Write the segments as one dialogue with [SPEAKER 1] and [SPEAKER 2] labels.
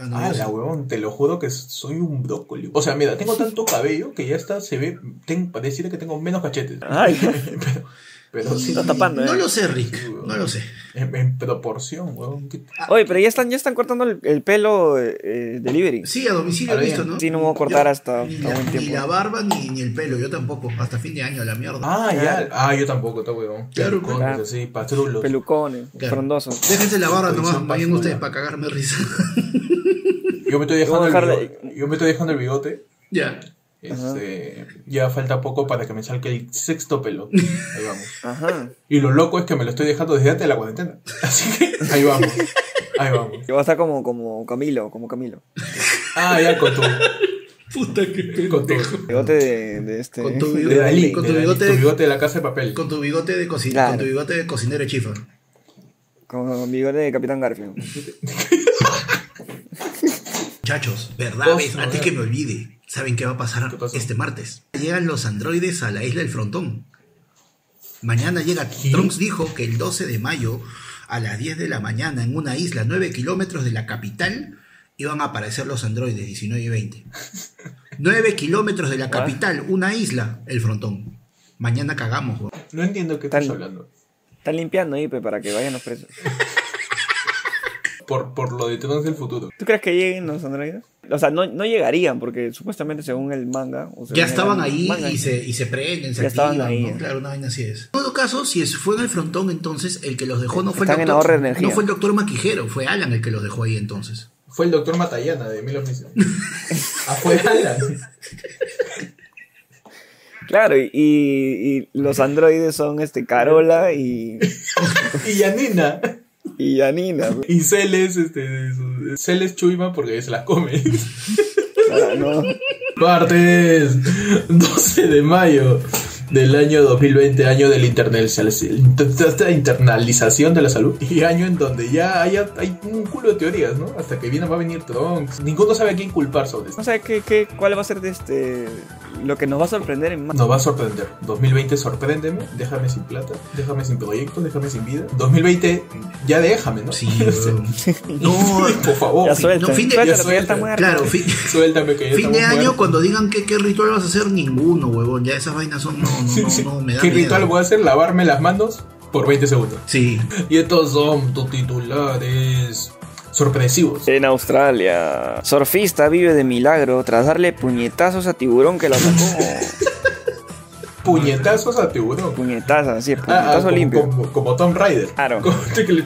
[SPEAKER 1] Ah, la huevón, te lo juro que soy un brócoli. O sea, mira, tengo tanto cabello que ya está, se ve, ten, pareciera que tengo menos cachetes.
[SPEAKER 2] Ay.
[SPEAKER 1] pero, pero sí,
[SPEAKER 2] Está tapando,
[SPEAKER 3] No
[SPEAKER 2] ¿eh?
[SPEAKER 3] lo sé, Rick. No lo sé.
[SPEAKER 1] en, en proporción, huevón. ¿Qué-
[SPEAKER 2] Oye, pero ya están, ya están cortando el, el pelo eh, eh, delivery.
[SPEAKER 3] Sí, a domicilio
[SPEAKER 1] Está
[SPEAKER 3] he visto,
[SPEAKER 1] bien.
[SPEAKER 3] ¿no?
[SPEAKER 2] Sí, no me voy a cortar
[SPEAKER 3] Yo-
[SPEAKER 2] hasta-
[SPEAKER 3] ni
[SPEAKER 2] hasta
[SPEAKER 3] la,
[SPEAKER 2] buen
[SPEAKER 3] ni
[SPEAKER 2] tiempo.
[SPEAKER 3] la barba ni, ni el pelo, yo tampoco. Hasta fin de año, la mierda.
[SPEAKER 1] Ah, ya.
[SPEAKER 2] Claro.
[SPEAKER 1] Ah, yo tampoco, está huevón.
[SPEAKER 3] Claro,
[SPEAKER 1] Pelucones,
[SPEAKER 2] claro.
[SPEAKER 1] así, pastrulos.
[SPEAKER 2] Pelucones,
[SPEAKER 3] Claro.
[SPEAKER 2] frondosos.
[SPEAKER 3] Déjense la barba nomás,
[SPEAKER 1] Producción
[SPEAKER 3] no vayan ustedes
[SPEAKER 1] basura.
[SPEAKER 3] para cagarme risa.
[SPEAKER 1] Yo me estoy dejando
[SPEAKER 2] Voy a
[SPEAKER 1] el
[SPEAKER 2] dejarle-
[SPEAKER 1] bigote. Yo me estoy dejando el bigote.
[SPEAKER 3] ya.
[SPEAKER 1] Este, ya falta poco para que me salga el sexto pelo. Ahí vamos.
[SPEAKER 2] Ajá.
[SPEAKER 1] Y lo loco es que me lo estoy dejando desde antes de la cuarentena. Así que ahí vamos. Ahí vamos.
[SPEAKER 2] Que va a estar como, como Camilo, como Camilo.
[SPEAKER 1] Ah, ya con tu.
[SPEAKER 3] Puta que
[SPEAKER 1] Con tu,
[SPEAKER 3] pendejo.
[SPEAKER 2] Bigote de, de este.
[SPEAKER 3] Con tu
[SPEAKER 2] de
[SPEAKER 3] bigote,
[SPEAKER 2] Dalí.
[SPEAKER 3] con
[SPEAKER 1] de Dalí,
[SPEAKER 3] bigote
[SPEAKER 1] tu
[SPEAKER 3] de-
[SPEAKER 1] bigote de la casa de papel.
[SPEAKER 3] Con tu bigote de cocinero,
[SPEAKER 2] Claro.
[SPEAKER 3] con tu bigote de cocinero chifa.
[SPEAKER 2] Con bigote de Capitán Garfield.
[SPEAKER 3] Muchachos, verdad,
[SPEAKER 1] Ojo,
[SPEAKER 3] ves, antes
[SPEAKER 1] verdad.
[SPEAKER 3] que me olvide, ¿saben qué va a pasar
[SPEAKER 1] ¿Qué pasó?
[SPEAKER 3] este martes? Llegan los androides a la isla del frontón. Mañana llega.
[SPEAKER 1] ¿Sí?
[SPEAKER 3] Trunks dijo que el 12 de mayo, a las 10 de la mañana, en una isla 9 kilómetros de la capital, iban a aparecer los androides 19 y 20. 9 kilómetros de la capital, una isla, el frontón. Mañana cagamos, weón.
[SPEAKER 1] No entiendo qué
[SPEAKER 2] Tan-
[SPEAKER 1] estás hablando.
[SPEAKER 2] Están limpiando ahí, pe, para que vayan los presos.
[SPEAKER 1] Por, por lo de Trunks del futuro.
[SPEAKER 2] ¿Tú crees que lleguen los androides? O sea, no, no llegarían, porque supuestamente según el manga. o según
[SPEAKER 3] Ya
[SPEAKER 2] el
[SPEAKER 3] estaban
[SPEAKER 2] anime-
[SPEAKER 3] ahí
[SPEAKER 2] manga,
[SPEAKER 3] y se, y se prenden, se
[SPEAKER 2] Ya estaban
[SPEAKER 3] activan,
[SPEAKER 2] ahí,
[SPEAKER 3] ¿no?
[SPEAKER 2] ya.
[SPEAKER 3] Claro, una vaina así es. En todo caso, si es- fue en el frontón, entonces el que los dejó no fue
[SPEAKER 2] Están
[SPEAKER 3] el
[SPEAKER 2] en
[SPEAKER 3] doctor.
[SPEAKER 2] ahorro de energía.
[SPEAKER 3] No fue el doctor Maquijero, fue Alan el que los dejó ahí entonces.
[SPEAKER 1] Fue el doctor Matallana de Mil Oficios. Ah, fue Alan.
[SPEAKER 2] Claro, y, y- y los androides son este Carola y,
[SPEAKER 1] Y Yanina.
[SPEAKER 2] y Anina. pe.
[SPEAKER 1] Y Celes, este. Celes Chuima porque se las come.
[SPEAKER 2] Claro, no.
[SPEAKER 1] Martes 12 de mayo del año 2020, año de la internalización- internalización de la salud y año en donde ya hay, hay un culo de teorías, ¿no? Hasta que viene va a venir Trunks. Ninguno sabe a quién culpar sobre esto.
[SPEAKER 2] O sea, ¿qué, qué, ¿cuál va a ser de este lo que nos va a sorprender en más?
[SPEAKER 1] Nos va a sorprender. 2020, sorpréndeme. Déjame sin plata. Déjame sin proyecto. Déjame sin vida. 2020, ya déjame, ¿no?
[SPEAKER 3] Sí, weón. No,
[SPEAKER 1] Por favor.
[SPEAKER 2] Ya suelta,
[SPEAKER 3] no, fin de-
[SPEAKER 1] ya
[SPEAKER 2] suéltalo, porque ya está
[SPEAKER 1] suelta.
[SPEAKER 2] muerto.
[SPEAKER 3] claro, fin,
[SPEAKER 1] Suéltame que ya
[SPEAKER 3] fin de
[SPEAKER 1] estamos
[SPEAKER 3] año,
[SPEAKER 1] muertos.
[SPEAKER 3] cuando digan que, qué ritual vas a hacer, ninguno, huevón. Ya esas vainas son. No, no, no, no, me da
[SPEAKER 1] ¿Qué
[SPEAKER 3] miedo.
[SPEAKER 1] ritual voy a hacer? Lavarme las manos por 20 segundos.
[SPEAKER 3] Sí,
[SPEAKER 1] Y estos son tus titulares sorpresivos.
[SPEAKER 2] En Australia, surfista vive de milagro tras darle puñetazos a tiburón que lo atacó.
[SPEAKER 1] Puñetazos a tiburón.
[SPEAKER 2] puñetazos, sí,
[SPEAKER 1] Ah, ah,
[SPEAKER 2] puñetazo
[SPEAKER 1] como,
[SPEAKER 2] limpio.
[SPEAKER 1] Como, como Tom Rider.
[SPEAKER 2] Claro.
[SPEAKER 1] Como este que le-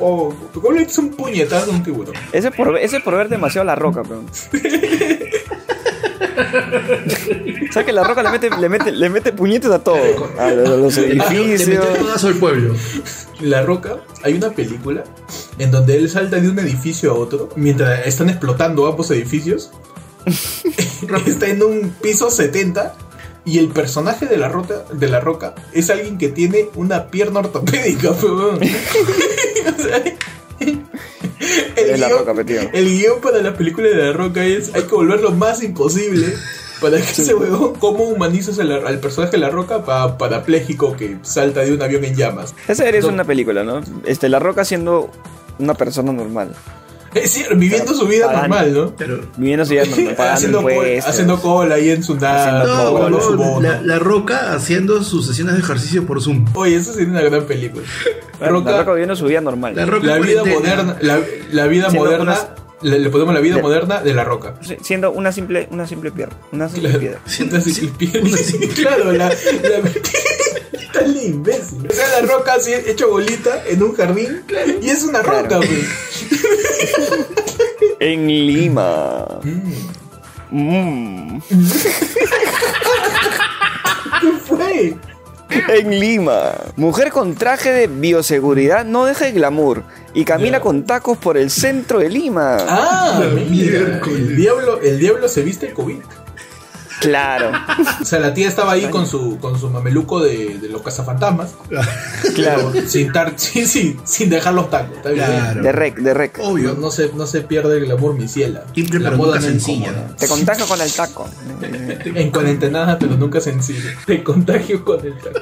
[SPEAKER 1] Oh, ¿Cómo le dices un puñetazo a un tiburón?
[SPEAKER 2] Ese por, ese por ver demasiado la roca, pero. o sea que la roca le mete, le mete, le mete puñetes a todo. A lo- a los
[SPEAKER 3] Ah, le metió el
[SPEAKER 2] edificios.
[SPEAKER 3] codazo al pueblo.
[SPEAKER 1] La Roca, hay una película en donde él salta de un edificio a otro mientras están explotando ambos edificios. Está en un piso 70 y el personaje de la, Roca, de la Roca es alguien que tiene una pierna ortopédica. pe, weón. O sea,
[SPEAKER 2] Es la
[SPEAKER 1] guión-
[SPEAKER 2] roca, pe, tío.
[SPEAKER 1] el guión para la película de La Roca es hay que volverlo más imposible para que ese huevón, ¿cómo humanizas al, al personaje de La Roca pa- parapléjico que salta de un avión en llamas?
[SPEAKER 2] Esa es
[SPEAKER 1] No.
[SPEAKER 2] una película, ¿no? Este, la roca siendo una persona normal.
[SPEAKER 1] Es cierto, viviendo su vida
[SPEAKER 2] Pagando.
[SPEAKER 1] normal, ¿no?
[SPEAKER 3] Pero.
[SPEAKER 2] Viviendo su vida normal, pagando
[SPEAKER 1] haciendo, col-
[SPEAKER 2] impuestos.
[SPEAKER 1] haciendo cola ahí en su nada,
[SPEAKER 2] Haciendo
[SPEAKER 3] No,
[SPEAKER 2] cola.
[SPEAKER 1] cobrando su bono.
[SPEAKER 3] huevón, la, la roca haciendo sus sesiones de ejercicio por Zoom.
[SPEAKER 1] Oye, eso sería una gran película.
[SPEAKER 2] Bueno,
[SPEAKER 1] Roca,
[SPEAKER 2] La roca viviendo su vida normal.
[SPEAKER 3] La roca
[SPEAKER 1] la
[SPEAKER 3] en
[SPEAKER 1] vida
[SPEAKER 3] cuarentena.
[SPEAKER 1] moderna, la, la vida
[SPEAKER 2] Siendo
[SPEAKER 1] moderna,
[SPEAKER 2] unas-
[SPEAKER 1] le, le ponemos la vida
[SPEAKER 2] de-
[SPEAKER 1] moderna de la roca.
[SPEAKER 2] Si- Siendo una simple, una simple pierna. Una simple
[SPEAKER 1] Claro,
[SPEAKER 2] piedra.
[SPEAKER 1] Una ciclopia- claro, la, la- Tan imbécil. O sea, la roca así hecho bolita en un jardín y es una
[SPEAKER 2] Claro.
[SPEAKER 1] roca, pues.
[SPEAKER 2] En Lima. Mm.
[SPEAKER 1] ¿Qué fue?
[SPEAKER 2] En Lima. Mujer con traje de bioseguridad no deja el glamour y camina
[SPEAKER 1] Ya.
[SPEAKER 2] con tacos por el centro de Lima.
[SPEAKER 1] Ah,
[SPEAKER 3] La
[SPEAKER 1] mira,
[SPEAKER 3] miércoles.
[SPEAKER 1] el diablo, el diablo se viste el COVID.
[SPEAKER 2] Claro,
[SPEAKER 1] O sea, la tía estaba ahí con su, con su mameluco de, de los cazafantasmas.
[SPEAKER 2] claro.
[SPEAKER 1] Sin, tar- sí, sí, sin dejar los tacos. Está bien.
[SPEAKER 3] Claro.
[SPEAKER 2] De rec, de rec.
[SPEAKER 3] Obvio.
[SPEAKER 1] No, no se, no se pierde el glamour, mi ciela.
[SPEAKER 3] Simple
[SPEAKER 1] la
[SPEAKER 3] pero
[SPEAKER 1] moda
[SPEAKER 3] nunca
[SPEAKER 1] no
[SPEAKER 3] sencilla.
[SPEAKER 1] incomoda.
[SPEAKER 2] Te contagio con el taco.
[SPEAKER 1] En cuarentena, pero nunca sencilla. Te contagio con el taco.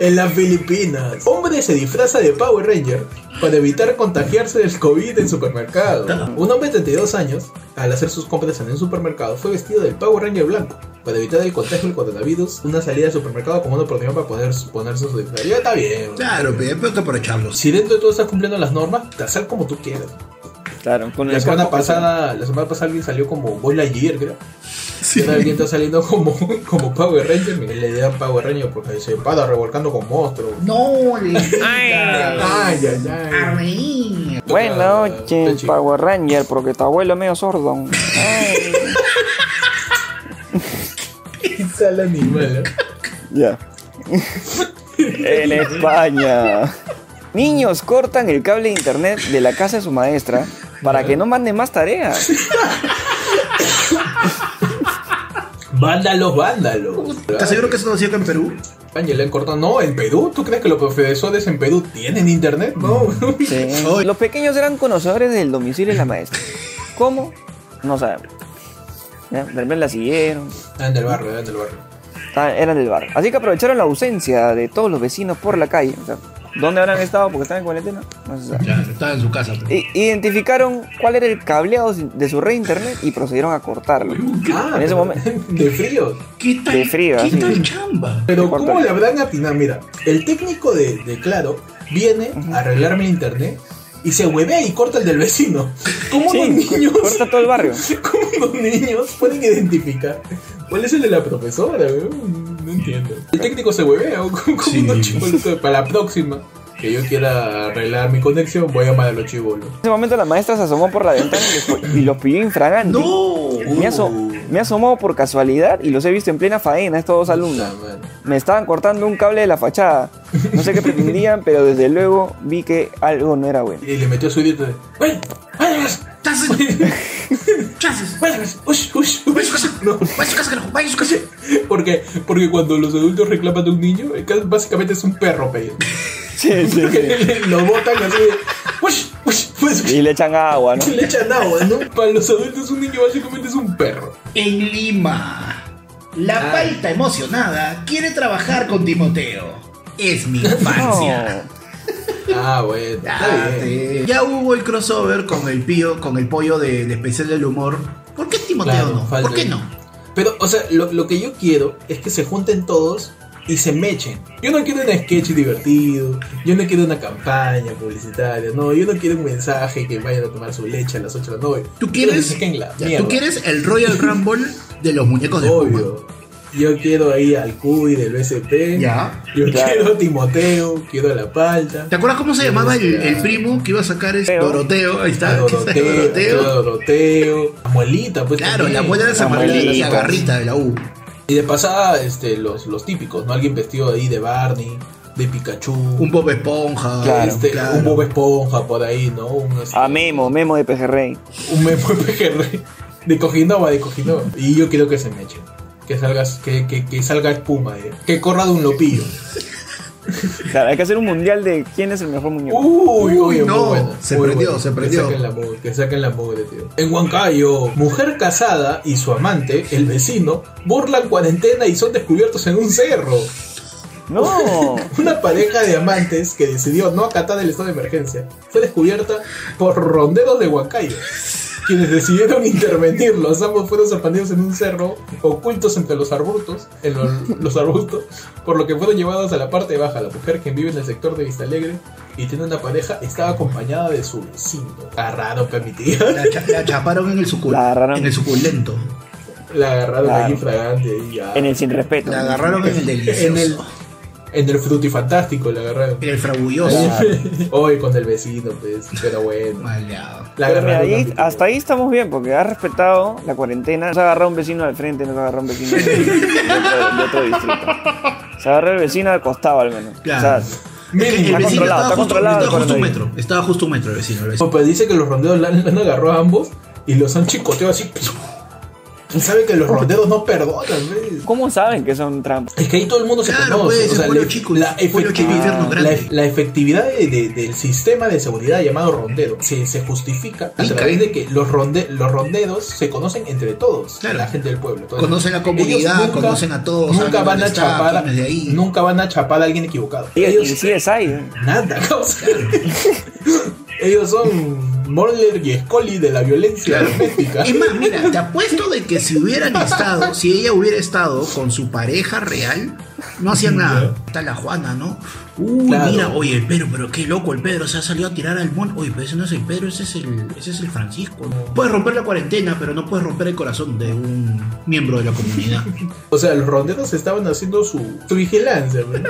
[SPEAKER 1] En las Filipinas, hombre se disfraza de Power Ranger para evitar contagiarse del COVID en supermercado. Un hombre de 32 años, al hacer sus compras en el supermercado, fue vestido del Power Ranger blanco para evitar el contagio del coronavirus. Una salida al supermercado como una oportunidad para poder ponerse su disfraz. Ya está bien.
[SPEAKER 3] Claro, pero hay que aprovecharlos.
[SPEAKER 1] Si dentro de todo estás cumpliendo las normas, te sal como tú quieras.
[SPEAKER 2] Claro, con
[SPEAKER 1] La
[SPEAKER 2] el
[SPEAKER 1] semana
[SPEAKER 2] casco que
[SPEAKER 1] pasada, la semana pasada alguien salió como Boy Lightyear, creo. Y ahora alguien está saliendo como, como Power Ranger. Mira, le dan Power Ranger porque se para revolcando con monstruos.
[SPEAKER 3] No, le
[SPEAKER 4] Ay.
[SPEAKER 1] Ay, ay, ay.
[SPEAKER 3] Arre.
[SPEAKER 2] se- Buenas
[SPEAKER 1] Ah,
[SPEAKER 2] noches,
[SPEAKER 1] Pechi.
[SPEAKER 2] Power Ranger, porque tu abuelo es medio sordo. Ay.
[SPEAKER 1] Está el animal. ¿eh?
[SPEAKER 2] Ya. en España. Niños cortan el cable de internet de la casa de su maestra para que no manden más tareas.
[SPEAKER 1] Vándalos, vándalos.
[SPEAKER 3] ¿Estás seguro que eso no ha sido acá en Perú?
[SPEAKER 1] Ángel, le han cortado. No, en Perú. ¿Tú crees que los profesores en Perú tienen internet? No.
[SPEAKER 2] Sí.
[SPEAKER 3] Oy.
[SPEAKER 2] Los pequeños eran conocedores del domicilio de la maestra. ¿Cómo? No sabemos. Ya, Tal vez la siguieron.
[SPEAKER 1] Anda en el barrio, anda en el barrio.
[SPEAKER 2] Ah, Eran del barrio. Así que aprovecharon la ausencia de todos los vecinos por la calle. O sea, ¿Dónde habrán estado? Porque están en cuarentena. No se sabe.
[SPEAKER 3] Claro, estaba en su casa.
[SPEAKER 2] I- identificaron cuál era el cableado de su red de internet y procedieron a cortarlo.
[SPEAKER 1] Ah,
[SPEAKER 2] en ese momento.
[SPEAKER 1] De frío.
[SPEAKER 3] ¿Qué tal,
[SPEAKER 2] De frío,
[SPEAKER 3] ¿qué
[SPEAKER 2] sí.
[SPEAKER 3] tal chamba?
[SPEAKER 1] Pero
[SPEAKER 2] Corta.
[SPEAKER 1] ¿cómo le habrán atinado? Mira, el técnico de, de Claro viene a arreglarme el internet y se huevea y corta el del vecino. ¿Cómo
[SPEAKER 2] Sí,
[SPEAKER 1] los
[SPEAKER 2] co-
[SPEAKER 1] niños?
[SPEAKER 2] corta todo el barrio.
[SPEAKER 1] ¿Cómo los niños pueden identificar cuál es el de la profesora? weón? No entiendo. El técnico se huevea. ¿o ¿Cómo, cómo
[SPEAKER 3] Sí.
[SPEAKER 1] unos chibolos? Para la próxima que yo quiera arreglar mi conexión, voy a llamar a los chibolos.
[SPEAKER 2] En ese momento la maestra se asomó por la ventana y, les fue- y los pilló infragante.
[SPEAKER 3] No.
[SPEAKER 2] Me, aso- me asomó por casualidad y los he visto en plena faena, estos dos alumnos.
[SPEAKER 1] Puta madre.
[SPEAKER 2] Me estaban cortando un cable de la fachada. No sé qué pretendían, pero desde luego vi que algo no era bueno.
[SPEAKER 1] Y le metió su dieta de. "Bueno, vámonos,
[SPEAKER 3] ¡Chases! ¡Chases!
[SPEAKER 1] vámonos, ush, ush, ush".
[SPEAKER 3] ¡Vaya a su casa!
[SPEAKER 1] No.
[SPEAKER 3] ¡Vaya a su casa, carajo! ¡Vaya a su casa!
[SPEAKER 1] Porque, porque cuando los adultos reclaman de un niño, el caso básicamente es un perro, pe.
[SPEAKER 2] Sí, sí, sí.
[SPEAKER 1] Lo botan así de. "Ush, ush, ush",
[SPEAKER 2] Y le echan agua, ¿no?
[SPEAKER 1] y Le echan agua, ¿no? Para los adultos, un niño básicamente es un perro.
[SPEAKER 3] En Lima, la
[SPEAKER 1] Ay.
[SPEAKER 3] palta emocionada quiere trabajar con Timoteo. Es mi infancia.
[SPEAKER 2] No.
[SPEAKER 1] Ah, bueno. Está bien.
[SPEAKER 3] Date. Ya hubo el crossover con el pío, con el pollo del especial del humor. ¿Por qué Timoteo
[SPEAKER 1] Claro,
[SPEAKER 3] no?
[SPEAKER 1] falta
[SPEAKER 3] ¿Por qué
[SPEAKER 1] ahí.
[SPEAKER 3] no?
[SPEAKER 1] Pero, o sea, lo, lo que yo quiero es que se junten todos y se mechen. Yo no quiero un sketch divertido, yo no quiero una campaña publicitaria, no, yo no quiero un mensaje que vayan a tomar su leche a las 8 de la noche.
[SPEAKER 3] ¿Tú
[SPEAKER 1] Quiero que
[SPEAKER 3] quieres,
[SPEAKER 1] se saquen la
[SPEAKER 3] ya,
[SPEAKER 1] mierda.
[SPEAKER 3] ¿Tú quieres el Royal Rumble de los muñecos de Puma?
[SPEAKER 1] Obvio. Yo quiero ahí al Cuy del BCP.
[SPEAKER 3] Ya.
[SPEAKER 1] Yo
[SPEAKER 2] Claro.
[SPEAKER 1] quiero a Timoteo, quiero a La Palta.
[SPEAKER 3] ¿Te acuerdas cómo se llamaba el, el primo que iba a sacar es
[SPEAKER 2] Teo.
[SPEAKER 3] Doroteo? Ahí
[SPEAKER 1] A
[SPEAKER 3] está,
[SPEAKER 1] Doroteo, quiero a
[SPEAKER 3] Doroteo.
[SPEAKER 1] Doroteo. A Muelita, pues.
[SPEAKER 3] Claro,
[SPEAKER 1] también.
[SPEAKER 3] la abuela de esa
[SPEAKER 2] La
[SPEAKER 3] amarilla, la
[SPEAKER 2] abuelita.
[SPEAKER 3] garrita de la U.
[SPEAKER 1] Y de pasada, este, los, los típicos, ¿no? Alguien vestido ahí de Barney, de Pikachu.
[SPEAKER 3] Un Bob Esponja.
[SPEAKER 2] Claro,
[SPEAKER 1] este,
[SPEAKER 3] claro.
[SPEAKER 1] un Bob Esponja por ahí, ¿no? Un, este,
[SPEAKER 2] A Memo, Memo de Pejerrey.
[SPEAKER 1] un memo PGR de Cojinova, de Cojinova. Y yo quiero que se me echen. Que, salgas, que, que, que salga espuma, eh. que corra de un lopillo.
[SPEAKER 2] Claro, hay que hacer un mundial de quién es el mejor muñeco.
[SPEAKER 1] Uh. Uy,
[SPEAKER 3] Uy,
[SPEAKER 1] oye,
[SPEAKER 3] no.
[SPEAKER 1] muy buena,
[SPEAKER 3] Se
[SPEAKER 1] muy
[SPEAKER 3] prendió,
[SPEAKER 1] buena.
[SPEAKER 3] se prendió.
[SPEAKER 1] Que saquen la mugre, que saquen la mugre, tío. En Huancayo, mujer casada y su amante, el vecino, burlan cuarentena y son descubiertos en un cerro.
[SPEAKER 2] No.
[SPEAKER 1] Una pareja de amantes que decidió no acatar el estado de emergencia fue descubierta por ronderos de Huancayo, quienes decidieron intervenir. Los ambos fueron sorprendidos en un cerro, ocultos entre los arbustos, en los, los arbustos, por lo que fueron llevados a la parte baja. La mujer, quien vive en el sector de Vista Alegre y tiene una pareja, estaba acompañada de su vecino. Agarraron, permitida.
[SPEAKER 3] La, cha- la chaparon en el, sucul-
[SPEAKER 2] La agarraron.
[SPEAKER 3] en el suculento.
[SPEAKER 1] La agarraron
[SPEAKER 2] Claro.
[SPEAKER 1] ahí fragante y ya.
[SPEAKER 2] En el sin respeto.
[SPEAKER 3] La agarraron en el delicioso.
[SPEAKER 1] En el- en el frutifantástico la agarraron.
[SPEAKER 3] en el frabulloso.
[SPEAKER 1] Hoy con el vecino, pues, pero bueno.
[SPEAKER 3] Maleado.
[SPEAKER 1] La
[SPEAKER 2] Pero mira,
[SPEAKER 1] agarraron
[SPEAKER 2] ahí-
[SPEAKER 1] también.
[SPEAKER 2] hasta ahí estamos bien, porque has respetado la cuarentena. Se ha agarrado un vecino al frente, no se ha agarrado un vecino de otro, de otro distrito. Se agarró el vecino al costado, al menos.
[SPEAKER 3] Claro.
[SPEAKER 2] O sea,
[SPEAKER 3] Es que
[SPEAKER 1] Mínimo.
[SPEAKER 2] Está
[SPEAKER 3] el vecino
[SPEAKER 2] controlado,
[SPEAKER 3] estaba
[SPEAKER 2] está
[SPEAKER 3] justo,
[SPEAKER 2] controlado
[SPEAKER 3] estaba
[SPEAKER 2] el
[SPEAKER 3] justo un
[SPEAKER 2] coronavirus.
[SPEAKER 3] metro. Estaba justo un metro el vecino. el vecino.
[SPEAKER 1] Pues dice que los rondeos la, la han agarrado a ambos pues, y los han chicoteado así. Sabe que los ronderos no perdonan, ¿ves?
[SPEAKER 2] ¿Cómo saben que son trampas?
[SPEAKER 1] Es que ahí todo el mundo se
[SPEAKER 3] Claro,
[SPEAKER 1] conoce.
[SPEAKER 3] pues,
[SPEAKER 1] o sea,
[SPEAKER 3] pueblo
[SPEAKER 1] la-
[SPEAKER 3] chico,
[SPEAKER 1] la,
[SPEAKER 3] pueblo chico, infierno
[SPEAKER 1] efectividad, la,
[SPEAKER 3] grande.
[SPEAKER 1] la efectividad de- de- del sistema de seguridad llamado rondero se, se justifica a
[SPEAKER 3] Mica.
[SPEAKER 1] través de que los, ronde, los ronderos se conocen entre todos,
[SPEAKER 3] Claro.
[SPEAKER 1] la gente del pueblo. Entonces,
[SPEAKER 3] Conocen la
[SPEAKER 1] ellos
[SPEAKER 3] comunidad, conocen a todos,
[SPEAKER 1] Nunca
[SPEAKER 3] saben
[SPEAKER 1] van
[SPEAKER 3] dónde
[SPEAKER 1] a
[SPEAKER 3] está,
[SPEAKER 1] chapar,
[SPEAKER 3] quién es de ahí.
[SPEAKER 1] nunca van a chapar a alguien equivocado.
[SPEAKER 2] Y
[SPEAKER 1] Ellos
[SPEAKER 2] sí es ahí. ¿eh?
[SPEAKER 1] nada, causa. ellos son Morler y Scully de la violencia
[SPEAKER 3] Claro.
[SPEAKER 1] doméstica.
[SPEAKER 3] Es más, mira, te apuesto de que si hubieran estado, si ella hubiera estado con su pareja real, no hacían nada. Está la Juana, ¿no? Uy,
[SPEAKER 1] Claro.
[SPEAKER 3] mira, oye, el Pedro, pero qué loco, el Pedro se ha salido a tirar al mon. Oye, pero ese no es el Pedro, ese es el, ese es el Francisco. Puedes romper la cuarentena, pero no puedes romper el corazón de un miembro de la comunidad.
[SPEAKER 1] O sea, los ronderos estaban haciendo su, su vigilancia, güey.